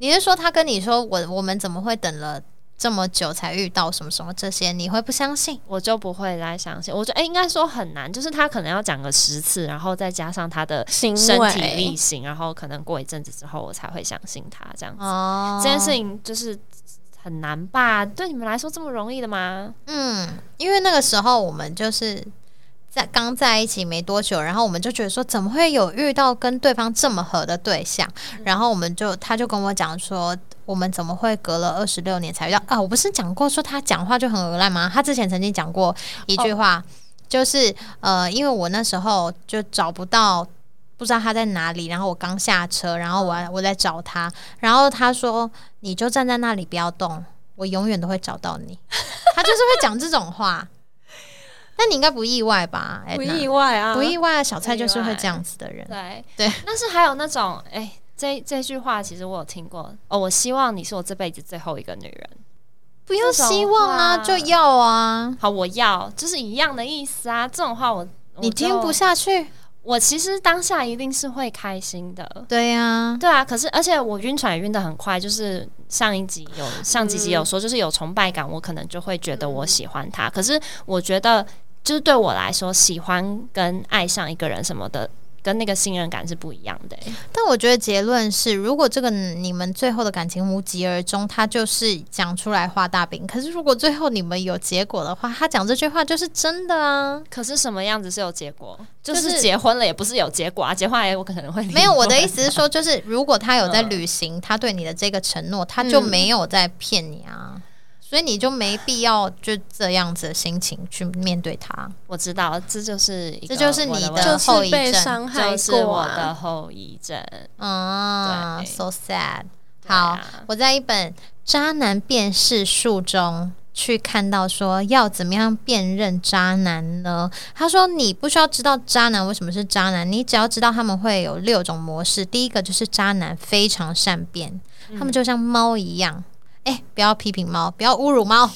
Speaker 3: 你是说他跟你说我我们怎么会等了这么久才遇到什么什么这些？你会不相信？
Speaker 2: 我就不会再相信，我觉得、诶应该说很难，就是他可能要讲个十次，然后再加上他的
Speaker 4: 行
Speaker 2: 身体
Speaker 4: 为
Speaker 2: 力行，然后可能过一阵子之后，我才会相信他这样子。
Speaker 3: 哦，
Speaker 2: 这件事情就是很难吧？对你们来说这么容易的吗？
Speaker 3: 嗯，因为那个时候我们就是在刚在一起没多久，然后我们就觉得说，怎么会有遇到跟对方这么合的对象？然后我们就他就跟我讲说，我们怎么会隔了二十六年才遇到？啊，我不是讲过说他讲话就很恶烂吗？他之前曾经讲过一句话，
Speaker 2: 哦
Speaker 3: 就是呃，因为我那时候就找不到。不知道他在哪里，然后我刚下车，然后我我在找他，然后他说：“你就站在那里不要动，我永远都会找到你。” 他就是会讲这种话，那你应该不意外吧？
Speaker 4: 不
Speaker 3: Edna
Speaker 4: 意外啊，
Speaker 3: 不意外，小蔡
Speaker 2: 不意
Speaker 3: 就是会
Speaker 2: 外
Speaker 3: 这样子的人。
Speaker 2: 对
Speaker 3: 对，
Speaker 2: 但是还有那种，哎、这这句话其实我有听过哦。我希望你是我这辈子最后一个女人。
Speaker 3: 不用希望啊，
Speaker 2: 这
Speaker 3: 就
Speaker 2: 种话
Speaker 3: 要啊，
Speaker 2: 好，我要就是一样的意思啊。这种话我我
Speaker 3: 你
Speaker 2: 就
Speaker 3: 听不下去？
Speaker 2: 我其实当下一定是会开心的。
Speaker 3: 对呀、
Speaker 2: 对啊，可是而且我晕船也晕的很快，就是上一集有上几集有说，就是有崇拜感，我可能就会觉得我喜欢他。可是我觉得，就是对我来说，喜欢跟爱上一个人什么的，跟那个信任感是不一样的、欸
Speaker 3: 但我觉得结论是，如果这个你们最后的感情无疾而终，他就是讲出来画大饼。可是如果最后你们有结果的话，他讲这句话就是真的 啊。
Speaker 2: 可是什么样子是有结果？就
Speaker 3: 就是
Speaker 2: 是结婚了也不是有结果啊，结婚了我可能会离
Speaker 3: 没有，我
Speaker 2: 婚
Speaker 3: 的意思是说，就是如果他有在
Speaker 2: 嗯
Speaker 3: 履行他对你的这个承诺，他就没有在骗你啊，所以你就没必要就这样子的心情去面对 他。
Speaker 2: 我知道，这就是一
Speaker 3: 这
Speaker 2: 个
Speaker 3: 就是
Speaker 2: 我
Speaker 3: 你的
Speaker 2: 问
Speaker 4: 就
Speaker 2: 题
Speaker 3: 后遗
Speaker 4: 是被
Speaker 3: 症
Speaker 4: 伤害
Speaker 2: 啊就是
Speaker 4: 过
Speaker 2: 我
Speaker 4: 啊
Speaker 2: 的。后遗症。
Speaker 3: 啊
Speaker 2: 对
Speaker 3: ，so sad。
Speaker 2: 对
Speaker 3: 好，
Speaker 2: 啊
Speaker 3: 我在一本《渣男辨识术》中去看到说，要怎么样辨认渣男呢？他说，你不需要知道渣男为什么是渣男，你只要知道他们会有六种模式。第一个就是渣男非常善变，他们就像猫一样。哎、不要批评猫，不要侮辱猫。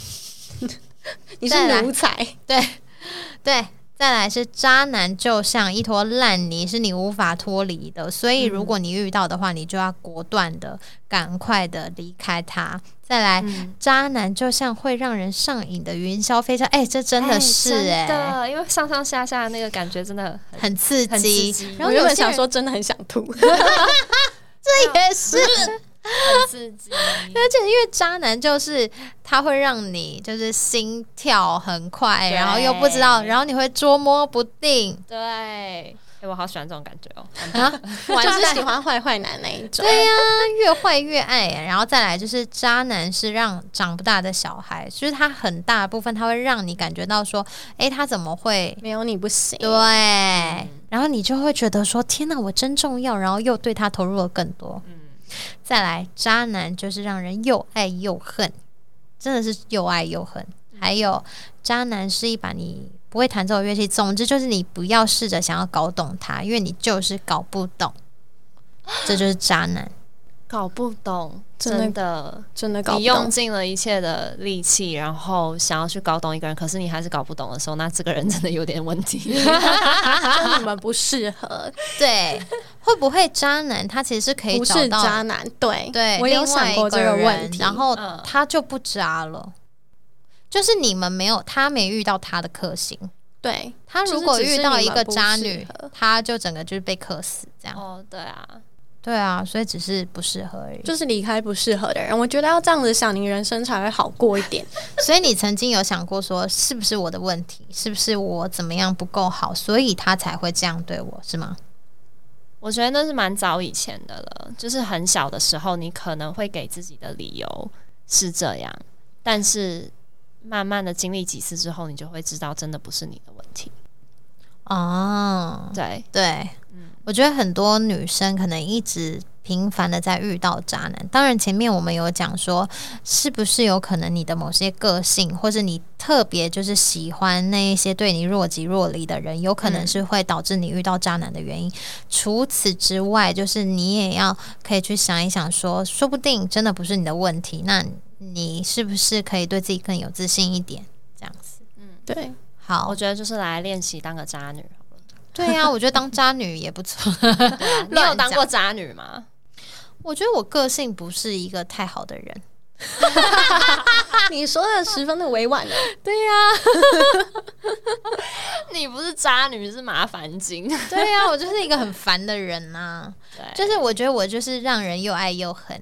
Speaker 4: 你
Speaker 3: 再来
Speaker 4: 是奴才，
Speaker 3: 对，再来是渣男，就像一坨烂泥，是你无法脱离的。所以，如果你遇到的话，你就要果断的、赶快的离开他。再来，渣男就像会让人上瘾的云霄飞车，哎、这真的是哎、
Speaker 2: 哎真的，因为上上下下那个感觉真的很
Speaker 3: 很刺
Speaker 2: 很刺
Speaker 3: 激。
Speaker 2: 激，
Speaker 3: 然
Speaker 4: 我
Speaker 3: 后
Speaker 4: 原
Speaker 3: 有
Speaker 4: 本
Speaker 3: 些
Speaker 4: 想
Speaker 3: 人
Speaker 4: 说真的很想吐，
Speaker 3: 这也是，
Speaker 2: 很刺激。
Speaker 3: 而且因为渣男就是他会让你就是心跳很快，
Speaker 2: 对
Speaker 3: 然后又不知道，然后你会捉摸不定。
Speaker 2: 对，哎，我好喜欢这种感觉哦。
Speaker 4: 我
Speaker 3: 完
Speaker 4: 就是
Speaker 3: 蛋
Speaker 4: 喜欢坏坏男那一种。
Speaker 3: 对呀、越坏越爱耶。然后再来就是渣男是让长不大的小孩，就是他很大部分他会让你感觉到说，诶，他怎么会？
Speaker 4: 没有你不行。
Speaker 3: 对，啊然后你就会觉得说，天哪，我真重要，然后又对他投入了更多。
Speaker 2: 嗯，
Speaker 3: 再来，渣男就是让人又爱又恨，真的是又爱又恨。还有，渣男是一把你不会弹奏的乐器，总之就是你不要试着想要搞懂他，因为你就是搞不懂，这就是渣男。
Speaker 2: 搞不懂，
Speaker 4: 真的
Speaker 2: 真的。
Speaker 4: 真的搞
Speaker 2: 你
Speaker 4: 不
Speaker 2: 用
Speaker 4: 懂。
Speaker 2: 尽了一切的力气，然后想要去搞懂一个人，可是你还是搞不懂的时候，那这个人真的有点问题。
Speaker 4: 就你们不适合，
Speaker 3: 对，会不会渣男他其实是可以
Speaker 4: 不
Speaker 3: 找
Speaker 4: 是
Speaker 3: 到
Speaker 4: 渣男。对，
Speaker 3: 对，
Speaker 4: 我有
Speaker 3: 另外
Speaker 4: 想
Speaker 3: 一
Speaker 4: 过这个问
Speaker 3: 人
Speaker 4: 题。
Speaker 3: 然后
Speaker 2: 嗯
Speaker 3: 他就不渣了，就是你们没有他没遇到他的克星，
Speaker 4: 对，
Speaker 3: 他
Speaker 4: 就是
Speaker 3: 如果
Speaker 4: 只是
Speaker 3: 遇到
Speaker 4: 你
Speaker 3: 一
Speaker 4: 们
Speaker 3: 个
Speaker 4: 不
Speaker 3: 渣
Speaker 4: 适
Speaker 3: 女
Speaker 4: 合，
Speaker 3: 他就整个就是被克死这样。
Speaker 2: 哦，对啊，
Speaker 3: 对啊，所以只是不适合而已。
Speaker 4: 就是离开不适合的人。我觉得要这样子想，你人生才会好过一点。
Speaker 3: 所以你曾经有想过说，是不是我的问题？是不是我怎么样不够好，所以他才会这样对我，是吗？
Speaker 2: 我觉得那是蛮早以前的了，就是很小的时候，你可能会给自己的理由是这样，但是慢慢的经历几次之后，你就会知道，真的不是你的问题。
Speaker 3: 哦，
Speaker 2: 对，
Speaker 3: 对，我觉得很多女生可能一直频繁的在遇到渣男。当然，前面我们有讲说，是不是有可能你的某些个性，或是你特别就是喜欢那一些对你若即若离的人，有可
Speaker 2: 嗯
Speaker 3: 能是会导致你遇到渣男的原因。除此之外，就是你也要可以去想一想说说不定真的不是你的问题，那你是不是可以对自己更有自信一点？这样子。
Speaker 4: 对，
Speaker 3: 好
Speaker 2: 我，觉得就是来练习当个渣女。
Speaker 3: 对呀、我觉得当渣女也不 错。
Speaker 2: 对啊你
Speaker 3: 乱
Speaker 2: 有当
Speaker 3: 讲
Speaker 2: 过渣女吗？
Speaker 3: 我觉得我个性不是一个太好的人，
Speaker 4: 你说的十分的委婉了。
Speaker 2: 你不是渣女，是麻烦精。
Speaker 3: 对呀、我就是一个很烦的人呐、
Speaker 2: 对，
Speaker 3: 就是我觉得我就是让人又爱又恨，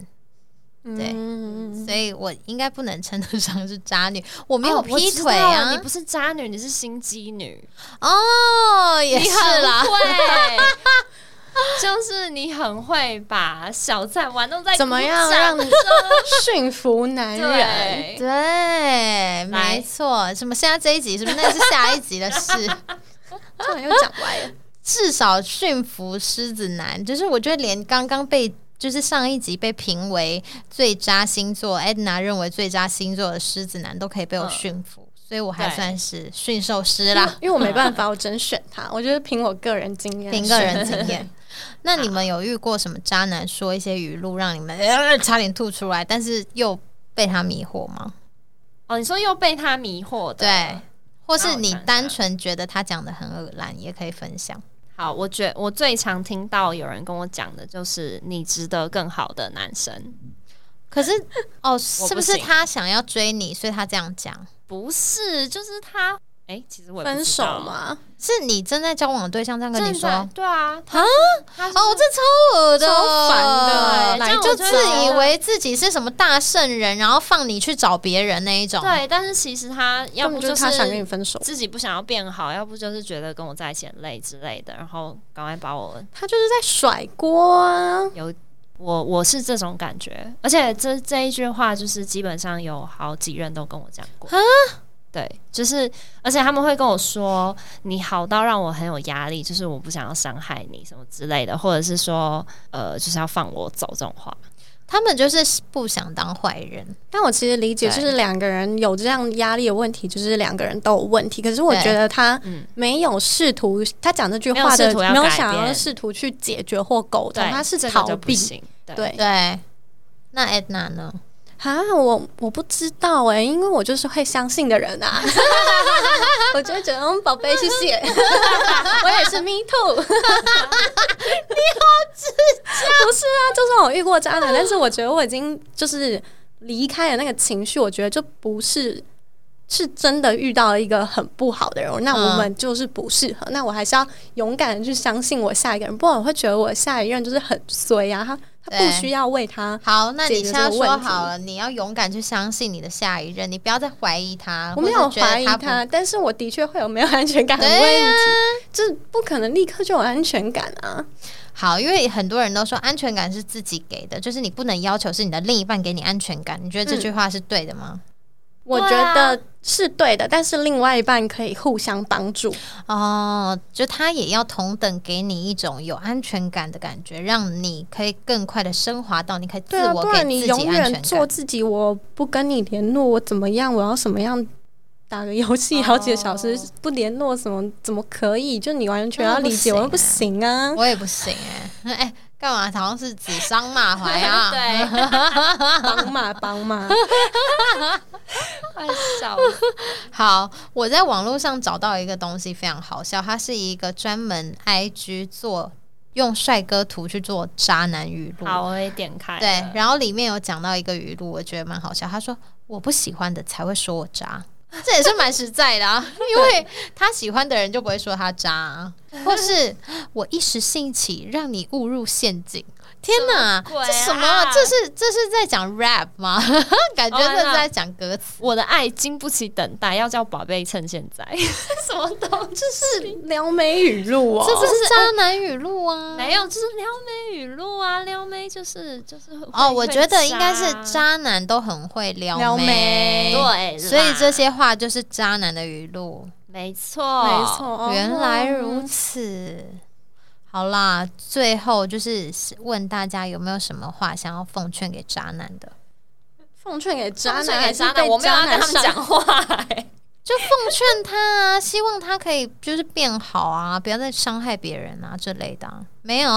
Speaker 3: 对
Speaker 4: 嗯
Speaker 3: 所以我应该不能称得上是渣女。我没有
Speaker 2: 哦我
Speaker 3: 劈
Speaker 2: 知
Speaker 3: 腿
Speaker 2: 道
Speaker 3: 啊
Speaker 2: 你，不是渣女，你是 心机女。
Speaker 3: 哦，也是啦，
Speaker 2: 对，就是你很会把小赞玩弄在
Speaker 4: 怎么样
Speaker 2: 鼓掌
Speaker 4: 让 驯服男人？
Speaker 2: 对，
Speaker 3: 对，
Speaker 2: 来
Speaker 3: 没错。什么？现在这一集是不是？那是下一集的事。
Speaker 4: 突然又讲歪了，
Speaker 3: 至少驯服狮子男，就是我觉得连刚刚被。就是上一集被评为最渣星座，Edna 认为最渣星座的狮子男都可以被我
Speaker 2: 嗯
Speaker 3: 驯服，所以我还
Speaker 2: 对
Speaker 3: 算是驯兽师啦。
Speaker 4: 因为我没办法，我只能选他。我就是凭我个人经验，
Speaker 3: 凭个人经验。那你们有遇过什么渣男说一些语录让你们、呃、 差点吐出来，但是又被他迷惑吗？
Speaker 2: 哦，你说又被他迷惑的，
Speaker 3: 对，或
Speaker 2: 那
Speaker 3: 是
Speaker 2: 我
Speaker 3: 你
Speaker 2: 想想
Speaker 3: 单纯觉得他讲的很恶烂，也可以分享。
Speaker 2: 好，我觉我最常听到有人跟我讲的就是你值得更好的男生，
Speaker 3: 可是哦，是不是
Speaker 2: 行
Speaker 3: 他想要追你，所以他这样讲？
Speaker 2: 不是，就是他，哎、其实我也不
Speaker 4: 分
Speaker 2: 知
Speaker 4: 手
Speaker 2: 道，
Speaker 4: 嘛，
Speaker 3: 是你正在交往的对象这样跟
Speaker 2: 正
Speaker 3: 你说？
Speaker 2: 在对啊，他他是
Speaker 3: 哦，这超恶的，
Speaker 4: 超烦的
Speaker 2: 这
Speaker 3: 来
Speaker 2: 样
Speaker 3: 就
Speaker 2: 我就会
Speaker 3: 自
Speaker 2: 觉
Speaker 3: 以
Speaker 2: 得
Speaker 3: 为自己是什么大圣人，然后放你去找别人那一种。
Speaker 2: 对，但是其实他要
Speaker 4: 根
Speaker 2: 不
Speaker 4: 本就是
Speaker 2: 是
Speaker 4: 他想跟你分手，
Speaker 2: 自己不想要变好，要不就是觉得跟我在一起很累之类的，然后赶快把我
Speaker 4: 他就是在甩锅啊。
Speaker 2: 有我我是这种感觉，而且这这一句话就是基本上有好几任都跟我讲过。对，就是，而且他们会跟我说，你好到让我很有压力，就是我不想要伤害你什么之类的，或者是说，呃，就是要放我走这种话。
Speaker 3: 他们就是不想当坏人。
Speaker 4: 但我其实理解，
Speaker 2: 对
Speaker 4: 就是两个人有这样压力的问题，就是两个人都有问题。可是我
Speaker 3: 对
Speaker 4: 觉得他
Speaker 2: 嗯
Speaker 4: 没有试图，他讲这句
Speaker 2: 没有
Speaker 4: 话的
Speaker 2: 试图要
Speaker 4: 没有
Speaker 2: 改
Speaker 4: 想要
Speaker 2: 变
Speaker 4: 试图去解决或沟通
Speaker 2: 对，，
Speaker 4: 他是
Speaker 2: 这个
Speaker 4: 逃
Speaker 2: 就不
Speaker 4: 避。
Speaker 2: 行。对，
Speaker 4: 对
Speaker 3: 对，那 Edna 呢？
Speaker 4: 啊，我我不知道哎、因为我就是会相信的人啊，我就会觉得嗯，宝贝，谢谢，我也是 me too，你好直接不是啊，就算我遇过渣男，但是我觉得我已经就是离开了那个情绪，我觉得就不是。是真的遇到一个很不好的人，那我们就是不适合。那我还是要勇敢的去相信我下一个人，不然我会觉得我下一任就是很衰啊。他他不
Speaker 3: 对
Speaker 4: 需要为他
Speaker 3: 好，那你
Speaker 4: 解
Speaker 3: 现
Speaker 4: 决这
Speaker 3: 在
Speaker 4: 个
Speaker 3: 说
Speaker 4: 问题
Speaker 3: 好了，你要勇敢去相信你的下一任，你不要再怀疑他。
Speaker 4: 我没
Speaker 3: 啊或
Speaker 4: 有
Speaker 3: 是觉得
Speaker 4: 怀疑
Speaker 3: 他不
Speaker 4: 他，但是我的确会有没有安全感 的
Speaker 3: 对
Speaker 4: 问
Speaker 3: 啊
Speaker 4: 题，这不可能立刻就有安全感啊。
Speaker 3: 好，因为很多人都说安全感是自己给的，就是你不能要求是你的另一半给你安全感。你觉得这句话是对的吗？
Speaker 4: 我
Speaker 2: 对
Speaker 4: 觉
Speaker 2: 啊
Speaker 4: 得是对的，但是另外一半可以互相帮助。
Speaker 3: 哦，就他也要同等给你一种有安全感的感觉，让你可以更快的升华到你可以自
Speaker 4: 对啊，
Speaker 3: 我
Speaker 4: 不然
Speaker 3: 给
Speaker 4: 你
Speaker 3: 自
Speaker 4: 永
Speaker 3: 己安
Speaker 4: 远
Speaker 3: 全
Speaker 4: 做
Speaker 3: 感。
Speaker 4: 自己，我不跟你联络，我怎么样，我要什么样。打个游戏好几个小时
Speaker 3: 哦
Speaker 4: 不联络，什么怎么可以？就你完全
Speaker 3: 那
Speaker 4: 要
Speaker 3: 不
Speaker 4: 理解，我又不
Speaker 3: 行
Speaker 4: 行啊！
Speaker 3: 我也不行哎、 哎、干嘛？好像是指桑骂槐啊。
Speaker 2: 对，
Speaker 4: 帮嘛帮嘛，
Speaker 2: 快笑
Speaker 3: 好，我在网络上找到一个东西非常好笑，它是一个专门 IG 做用帅哥图去做渣男语录。
Speaker 2: 好，我也点开了。
Speaker 3: 对，然后里面有讲到一个语录，我觉得蛮好笑。他说：“我不喜欢的才会说我渣。” 这也是蛮实在的 啊，因为他喜欢的人就不会说他渣、啊，或是我一时兴起让你误入陷阱。天哪，
Speaker 2: 什么鬼啊
Speaker 3: 这什么啊？这是这是在讲 rap 吗？ 感觉
Speaker 2: 哦
Speaker 3: 这是在讲歌词。
Speaker 2: 我的爱经不起等待，要叫宝贝趁现在。 什么东西？
Speaker 4: 就是撩妹语录哦，
Speaker 3: 这就是渣男语录啊！
Speaker 2: 没有，就是撩妹语录啊，撩妹就是就是会
Speaker 3: 哦，我觉得应该是，
Speaker 2: 会
Speaker 3: 渣男都很会撩
Speaker 4: 撩
Speaker 3: 妹
Speaker 4: 妹
Speaker 2: 对啦，
Speaker 3: 所以这些话就是渣男的语录。
Speaker 2: 没错，
Speaker 4: 没。错。哦
Speaker 2: 哦
Speaker 3: 原来如此。好啦，最后就是问大家有没有什么话想要奉劝给渣男的，
Speaker 4: 奉劝给渣
Speaker 2: 渣
Speaker 4: 男，
Speaker 2: 男，
Speaker 4: 还是
Speaker 2: 渣男，
Speaker 4: 被
Speaker 2: 我没有要
Speaker 4: 渣
Speaker 2: 跟
Speaker 4: 男
Speaker 2: 他
Speaker 4: 伤
Speaker 2: 们讲话、哎
Speaker 3: 就奉劝他啊，希望他可以就是变好啊，不要再伤害别人啊之类的啊、没有，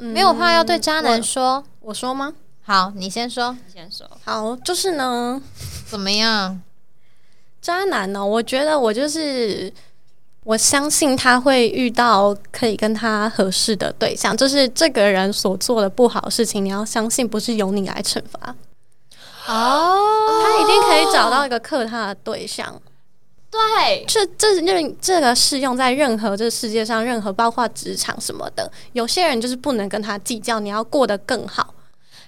Speaker 2: 嗯
Speaker 3: 没有话要对渣男说。
Speaker 4: 我我说吗？
Speaker 3: 好，你先说
Speaker 2: 你先说，
Speaker 4: 好，就是呢，
Speaker 3: 怎么样？
Speaker 4: 渣男呢、我觉得我就是我相信他会遇到可以跟他合适的对象，就是这个人所做的不好的事情，你要相信不是由你来惩罚，
Speaker 3: 哦，
Speaker 4: 他一定可以找到一个克他的对象。
Speaker 2: 对，
Speaker 4: 这这任这个适用在任何这世界上任何，包括职场什么的。有些人就是不能跟他计较，你要过得更好。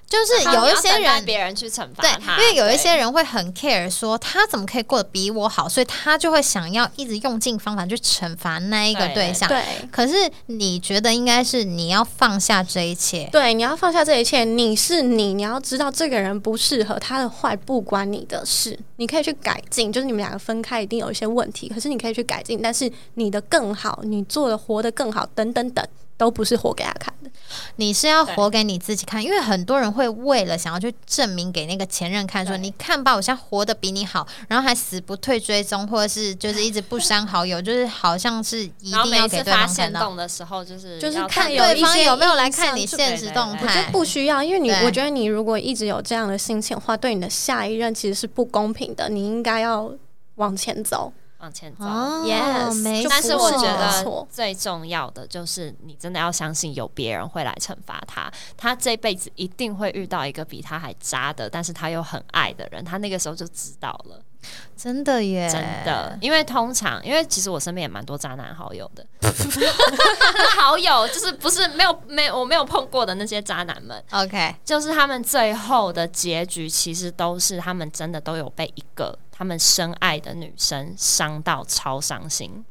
Speaker 3: 就是有一些
Speaker 2: 然后你要等待
Speaker 3: 人
Speaker 2: 别人去惩罚
Speaker 3: 对，
Speaker 2: 他，
Speaker 3: 因为有一些
Speaker 2: 对
Speaker 3: 人会很 care 说他怎么可以过得比我好，所以他就会想要一直用尽方法去惩罚那一个
Speaker 2: 对
Speaker 3: 对象。
Speaker 4: 对
Speaker 3: 可是你觉得应该是你要放下这一切，
Speaker 4: 对，你要放下这一切，你是你，你要知道这个人不适合，他的坏不关你的事，你可以去改进。就是你们两个分开一定有一些问题，可是你可以去改进，但是你的更好，你做的活得更好，等等等，都不是活给他看的。
Speaker 3: 你是要
Speaker 2: 对
Speaker 3: 活给你自己看，因为很多人会为了想要去证明给那个前任看，说
Speaker 2: 对
Speaker 3: 你看吧，我现在活得比你好，然后还死不退追踪，或者是就是一直不删好友，就是好像是一
Speaker 2: 然后
Speaker 3: 定
Speaker 2: 每
Speaker 3: 要
Speaker 2: 一次
Speaker 3: 给对
Speaker 2: 发
Speaker 3: 方看
Speaker 2: 现
Speaker 3: 到。
Speaker 2: 动的时候，就是
Speaker 4: 就是
Speaker 2: 要
Speaker 4: 看有
Speaker 3: 对
Speaker 4: 一
Speaker 3: 方
Speaker 4: 些
Speaker 3: 有没有来
Speaker 4: 印象
Speaker 3: 看你
Speaker 4: 就
Speaker 3: 现实动
Speaker 2: 对对对
Speaker 3: 态？
Speaker 4: 不需要，因为你
Speaker 3: 哎对
Speaker 4: 我觉得你如果一直有这样的心情的话，对你的下一任其实是不公平的。你应该要往前走。
Speaker 2: 往前走。
Speaker 3: 哦
Speaker 4: Yes，
Speaker 3: 没
Speaker 4: 就
Speaker 2: 但是
Speaker 4: 不
Speaker 2: 我
Speaker 4: 是
Speaker 2: 觉
Speaker 4: 你的
Speaker 2: 得
Speaker 4: 错
Speaker 2: 最重要的就是，你真的要相信有别人会来惩罚他，他这辈子一定会遇到一个比他还渣的，但是他又很爱的人，他那个时候就知道了。
Speaker 3: 真的耶，
Speaker 2: 真的，因为通常，因为其实我身边也蛮多渣男好友 的，好友就是不是没有没有我没有碰过的那些渣男们，
Speaker 3: OK，
Speaker 2: 就是他们最后的结局其实都是他们真的都有被一个他们深爱的女生伤到超伤心，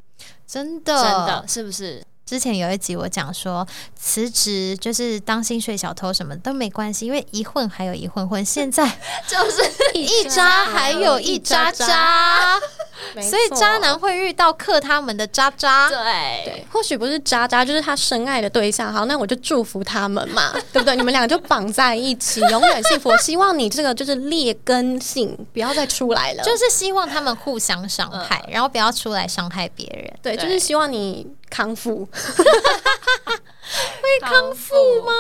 Speaker 3: 真
Speaker 2: 真
Speaker 3: 的
Speaker 2: 的是不是？
Speaker 3: 之前有一集我讲说，辞职就是当薪水小偷什么都没关系，因为一混还有一混混，现 在
Speaker 2: 就是
Speaker 3: 一渣还有一渣渣，所以渣男会遇到克他们的渣渣。
Speaker 2: 对。
Speaker 4: 对，或许不是渣渣，就是他深爱的对象。好，那我就祝福他们 嘛，对不对？你们俩就绑在一起，永远幸福。我希望你这个就是劣根性不要再出来了，
Speaker 3: 就是希望他们互相伤害，
Speaker 4: 嗯
Speaker 3: 然后不要出来伤害别人。
Speaker 4: 对，
Speaker 2: 对
Speaker 4: 就是希望你康复。
Speaker 2: 会康复吗？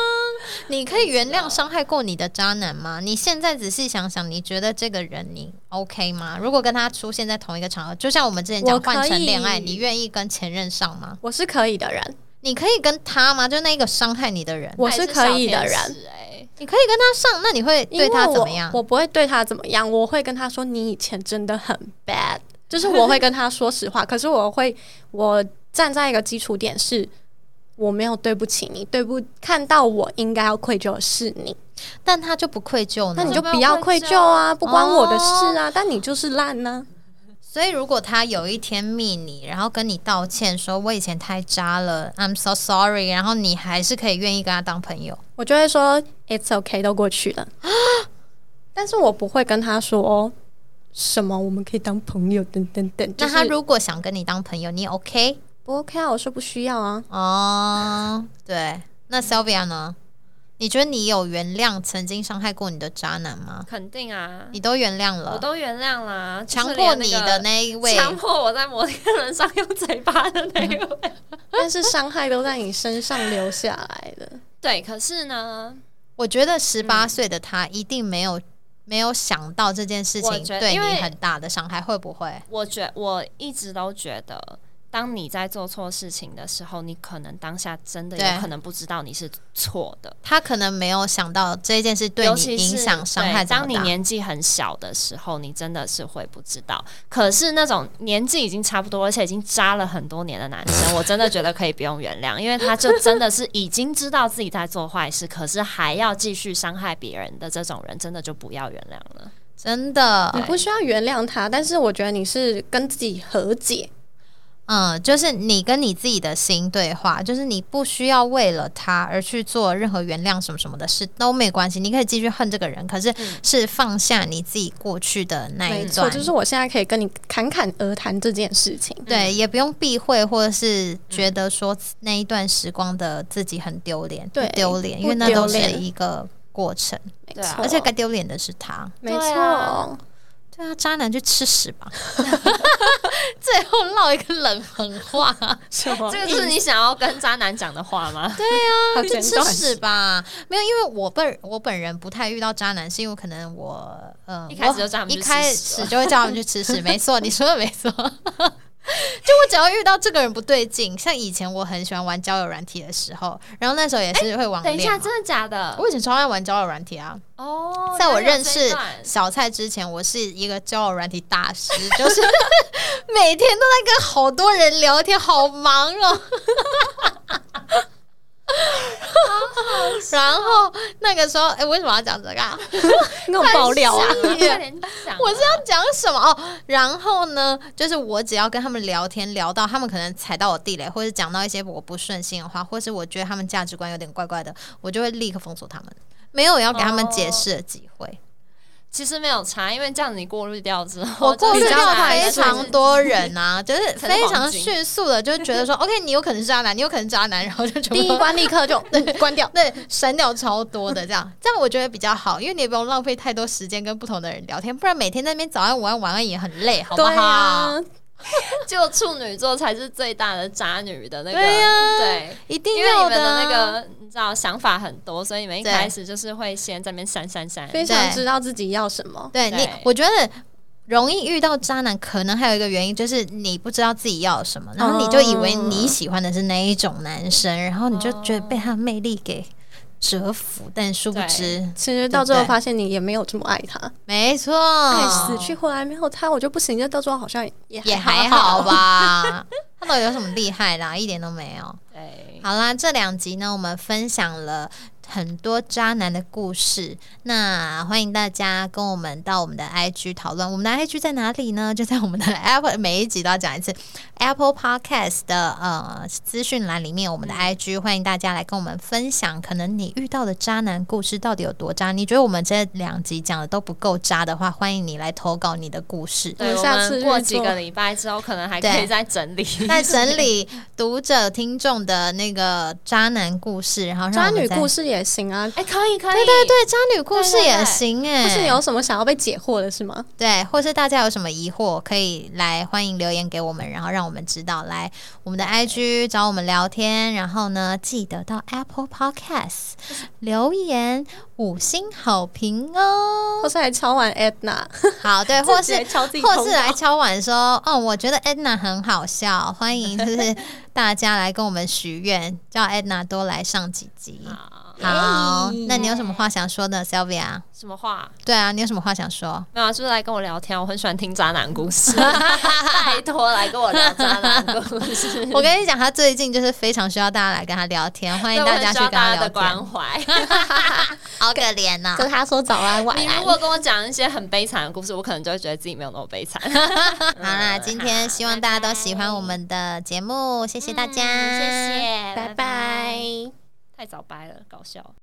Speaker 3: 你可以原谅伤害过你的渣男吗？你现在仔细想想，你觉得这个人你 OK 吗？如果跟他出现在同一个场合，就像我们之前
Speaker 4: 我
Speaker 3: 讲
Speaker 4: 可以
Speaker 3: 换成恋爱，你愿意跟前任上吗？
Speaker 4: 我是可以的人，
Speaker 3: 你可以跟他吗？就那个伤害你的人，
Speaker 4: 我是可以的人
Speaker 2: 他也是小。天使哎，
Speaker 3: 你可以跟他上，那你会对他
Speaker 4: 因为
Speaker 3: 怎么样
Speaker 4: 我？？我不会对他怎么样，我会跟他说你以前真的很 bad，就是我会跟他说 实话。可是我会，我站在一个基础点是，我没有对不起你，对不看到我应该要愧疚的是你，
Speaker 3: 但他就不愧疚
Speaker 4: 那
Speaker 3: 呢
Speaker 4: 你。就
Speaker 2: 没有
Speaker 4: 不要愧
Speaker 2: 愧疚
Speaker 4: 疚啊，不关我的事
Speaker 3: 哦
Speaker 4: 啊。但你就是烂啊呢、
Speaker 3: 所以如果他有一天密你，然后跟你道歉说我以前太渣了，I'm so sorry，然后你还是可以愿意跟他当朋友。
Speaker 4: 我就会说 it's OK，都过去了。 但是我不会跟他说哦什么我们可以当朋友等等等，就
Speaker 3: 那
Speaker 4: 是
Speaker 3: 他如果想跟你当朋友，你 OK？
Speaker 4: 不 OK 啊，我说不需要啊。
Speaker 3: 哦，对。那 Sylvia 呢？你觉得你有原谅曾经伤害过你的渣男吗？
Speaker 2: 肯定啊，
Speaker 3: 你都原谅
Speaker 2: 我
Speaker 3: 了，
Speaker 2: 都原谅啦，就
Speaker 3: 强
Speaker 2: 是
Speaker 3: 迫
Speaker 2: 连那
Speaker 3: 你
Speaker 2: 个
Speaker 3: 的那一位，
Speaker 2: 强迫我在摩天轮上用嘴巴的那一位。
Speaker 4: 但是伤害都在你身上留下来了。
Speaker 2: 对，可是呢，
Speaker 3: 我觉得十
Speaker 2: 嗯
Speaker 3: 八岁的他一定没有、没有想到这件事
Speaker 2: 我
Speaker 3: 情
Speaker 2: 觉得
Speaker 3: 对
Speaker 2: 因
Speaker 3: 你
Speaker 2: 为
Speaker 3: 很大的伤害，会不会？
Speaker 2: 我觉我一直都觉得，当你在做错事情的时候，你可能当下真的
Speaker 3: 对
Speaker 2: 有可能不知道你是错的，
Speaker 3: 他可能没有想到这件事对
Speaker 2: 尤
Speaker 3: 你
Speaker 2: 其
Speaker 3: 影
Speaker 2: 是
Speaker 3: 响伤害
Speaker 2: 对
Speaker 3: 这么
Speaker 2: 当你
Speaker 3: 大
Speaker 2: 年纪很小的时候，你真的是会不知道。可是那种年纪已经差不多，而且已经渣了很多年的男 生，我真的觉得可以不用原谅，因为他就真的是已经知道自己在做坏事，可是还要继续伤害别人的这种人，真的就不要原谅了。
Speaker 3: 真的
Speaker 2: 嗯
Speaker 4: 你，不需要原谅他，但是我觉得你是跟自己和解。
Speaker 3: 嗯，就是你跟你自己的心对话，就是你不需要为了他而去做任何原谅什么什么的事都没关系，你可以继续恨这个人，可是
Speaker 2: 嗯
Speaker 3: 是放下你自己过去的那一
Speaker 4: 没错，
Speaker 3: 段，
Speaker 4: 就是我现在可以跟你侃侃而谈这件事情。
Speaker 3: 对，也不用避讳，或者是觉得说那一段时光的自己很丢脸，不
Speaker 4: 对
Speaker 3: 丢脸，哦因
Speaker 4: 不
Speaker 3: 为那都
Speaker 4: 丢
Speaker 3: 是
Speaker 4: 脸
Speaker 3: 一个过程，
Speaker 4: 没
Speaker 2: 对啊
Speaker 4: 错，
Speaker 3: 而且该丢脸的是他。
Speaker 4: 没
Speaker 2: 对
Speaker 4: 错
Speaker 2: 啊，
Speaker 3: 对啊，渣男去吃屎吧！ 最后落一个冷狠话，
Speaker 4: 什么
Speaker 2: 这
Speaker 3: 啊
Speaker 2: 个是你想要跟渣男讲的话吗？
Speaker 4: 好
Speaker 3: 去
Speaker 4: 简
Speaker 3: 吃
Speaker 4: 短
Speaker 3: 屎吧！没有，因为我本我本人不太遇到渣男，是因为可能我呃，
Speaker 2: 一开始
Speaker 3: 我
Speaker 2: 就叫他们
Speaker 3: 一
Speaker 2: 去吃
Speaker 3: 开
Speaker 2: 屎
Speaker 3: 始就会叫他们去吃 屎，没错，你说的没错。就我只要遇到这个人不对劲，像以前我很喜欢玩交友软体的时候，然后那时候也是会网
Speaker 2: 哎等一
Speaker 3: 恋
Speaker 2: 下，
Speaker 3: 嘛。
Speaker 2: 真的假的？
Speaker 3: 我以前超爱玩交友软体啊，
Speaker 2: 哦，
Speaker 3: 在我
Speaker 2: 原来
Speaker 3: 认
Speaker 2: 有这
Speaker 3: 识
Speaker 2: 一段
Speaker 3: 小蔡之前，我是一个交友软体大师， 就是每天都在跟好多人 聊天，好忙哦。然后那个时候，哎、为什么要讲这 个、啊？
Speaker 4: 那种爆料啊，
Speaker 2: 快点讲啊，
Speaker 3: 我是要讲什么哦？然后呢，就是我只要跟他们聊天，聊到他们可能踩到我地雷，或者讲到一些我不顺心的话，或是我觉得他们价值观有点怪怪的，我就会立刻封锁他们，没有要给他们解释的机会。
Speaker 2: 其实没有差，因为这样你过滤掉之后，
Speaker 3: 我过滤
Speaker 2: 就比较
Speaker 3: 掉
Speaker 2: 难
Speaker 3: 非常多人 啊，就是
Speaker 2: 成
Speaker 3: 非
Speaker 2: 黄
Speaker 3: 常
Speaker 2: 金
Speaker 3: 迅速的就觉 得说，OK，你有可能是渣男，你有可能是渣男，然后就全
Speaker 4: 第
Speaker 3: 部
Speaker 4: 一
Speaker 3: 都
Speaker 4: 关立刻就 关掉。
Speaker 3: 对删掉超多的，这样 这样我觉得比较好，因为你也不用浪费太多时间跟不同的人聊天，不然每天在那边早安、午安、晚安也很累，好不好？
Speaker 4: 对啊，
Speaker 2: 就处女座才是最大的渣女的那个，
Speaker 3: 对呀
Speaker 2: 对啊
Speaker 3: 一定
Speaker 2: 因为你
Speaker 3: 要
Speaker 2: 们的
Speaker 3: 啊
Speaker 2: 那个你知道想法很多，所以你们一
Speaker 3: 对
Speaker 2: 开始就是会先在那边闪闪闪。
Speaker 4: 非常
Speaker 3: 对
Speaker 4: 知道自己要什么。
Speaker 3: 对你
Speaker 2: 对，
Speaker 3: 我觉得容易遇到渣男，可能还有一个原因就是你不知道自己要什么，然后你就以为你喜欢的是那一种男生，然后你就觉得被他的魅力给折服，但殊不知，
Speaker 4: 其实到最后
Speaker 3: 对不对
Speaker 4: 发现你也没有这么爱他，
Speaker 3: 没错，
Speaker 4: 爱哎死去活来没有他我就不行，就到最后好像也
Speaker 3: 也还好吧。他到底有什么厉害啦？一点都没有。
Speaker 2: 对，
Speaker 3: 好啦，这两集呢，我们分享了很多渣男的故事。那欢迎大家跟我们到我们的 IG 讨论。我们的 IG 在哪里呢？ 就在我们的 Apple 每一集都要讲一次 Apple Podcast 的呃资讯栏里面，我们
Speaker 4: 嗯
Speaker 3: 的 IG 欢迎大家来跟我们分享，可能你遇到的渣男故事到底有多渣？你觉得我们这两集讲的都不够渣的话，欢迎你来投稿你的故 事。
Speaker 2: 对，我
Speaker 4: 下次
Speaker 2: 们
Speaker 4: 日
Speaker 2: 过几
Speaker 4: 做
Speaker 2: 个礼拜之后，可能还可
Speaker 3: 对
Speaker 2: 以再整 理。
Speaker 3: 在整理读者听众的那个渣男故事，然后让
Speaker 4: 渣
Speaker 3: 我们
Speaker 4: 女
Speaker 3: 再
Speaker 4: 故事也行啊。
Speaker 2: 哎，可以可
Speaker 3: 对
Speaker 2: 以，
Speaker 3: 对对，渣女故事
Speaker 2: 对对
Speaker 3: 也
Speaker 2: 对
Speaker 3: 行哎、
Speaker 4: 或是你有什么想要被解惑的是吗？
Speaker 3: 对，或是大家有什么疑惑，可以来欢迎留言给我们，然后让我们知道。来我们的 IG 找我们聊天，然后呢，记得到 Apple Podcast 留言五星好评哦
Speaker 4: 或。是来敲完 Edna，
Speaker 3: 好，对，或
Speaker 4: 自己
Speaker 3: 是
Speaker 4: 来敲自己
Speaker 3: 或
Speaker 4: 头
Speaker 3: 是
Speaker 4: 脑
Speaker 3: 来敲碗说，哦，我觉得 Edna 很好笑，欢迎就是大家来跟我们许愿，叫 Edna 多来上几集。
Speaker 2: 好
Speaker 3: 好
Speaker 4: 耶，
Speaker 3: 那你有什么话想说的，Sylvia？
Speaker 2: 什么话？
Speaker 3: 对啊，你有什么话想说？
Speaker 2: 没有啊，就是来跟我聊天，我很喜欢听渣男故 事，拜托来跟我聊渣男故事。
Speaker 3: 我跟你讲，他最近就是非常需要大家来跟他聊天，欢迎
Speaker 2: 对
Speaker 3: 大
Speaker 2: 我很
Speaker 3: 家
Speaker 2: 需
Speaker 3: 去
Speaker 2: 要
Speaker 3: 跟他
Speaker 2: 大家
Speaker 3: 聊
Speaker 2: 的
Speaker 3: 天
Speaker 2: 关。 怀。
Speaker 3: 好可怜哦 呐、
Speaker 4: 跟他说早安晚
Speaker 2: 你
Speaker 4: 安
Speaker 2: 如。果跟我讲一些很悲惨的故事，我可能就会觉得自己没有那么 悲惨。
Speaker 3: 好啦，今天希望大家都喜欢我们的节目，谢谢大家，
Speaker 2: 嗯谢谢，
Speaker 4: 拜拜。
Speaker 2: 太早掰了，搞笑。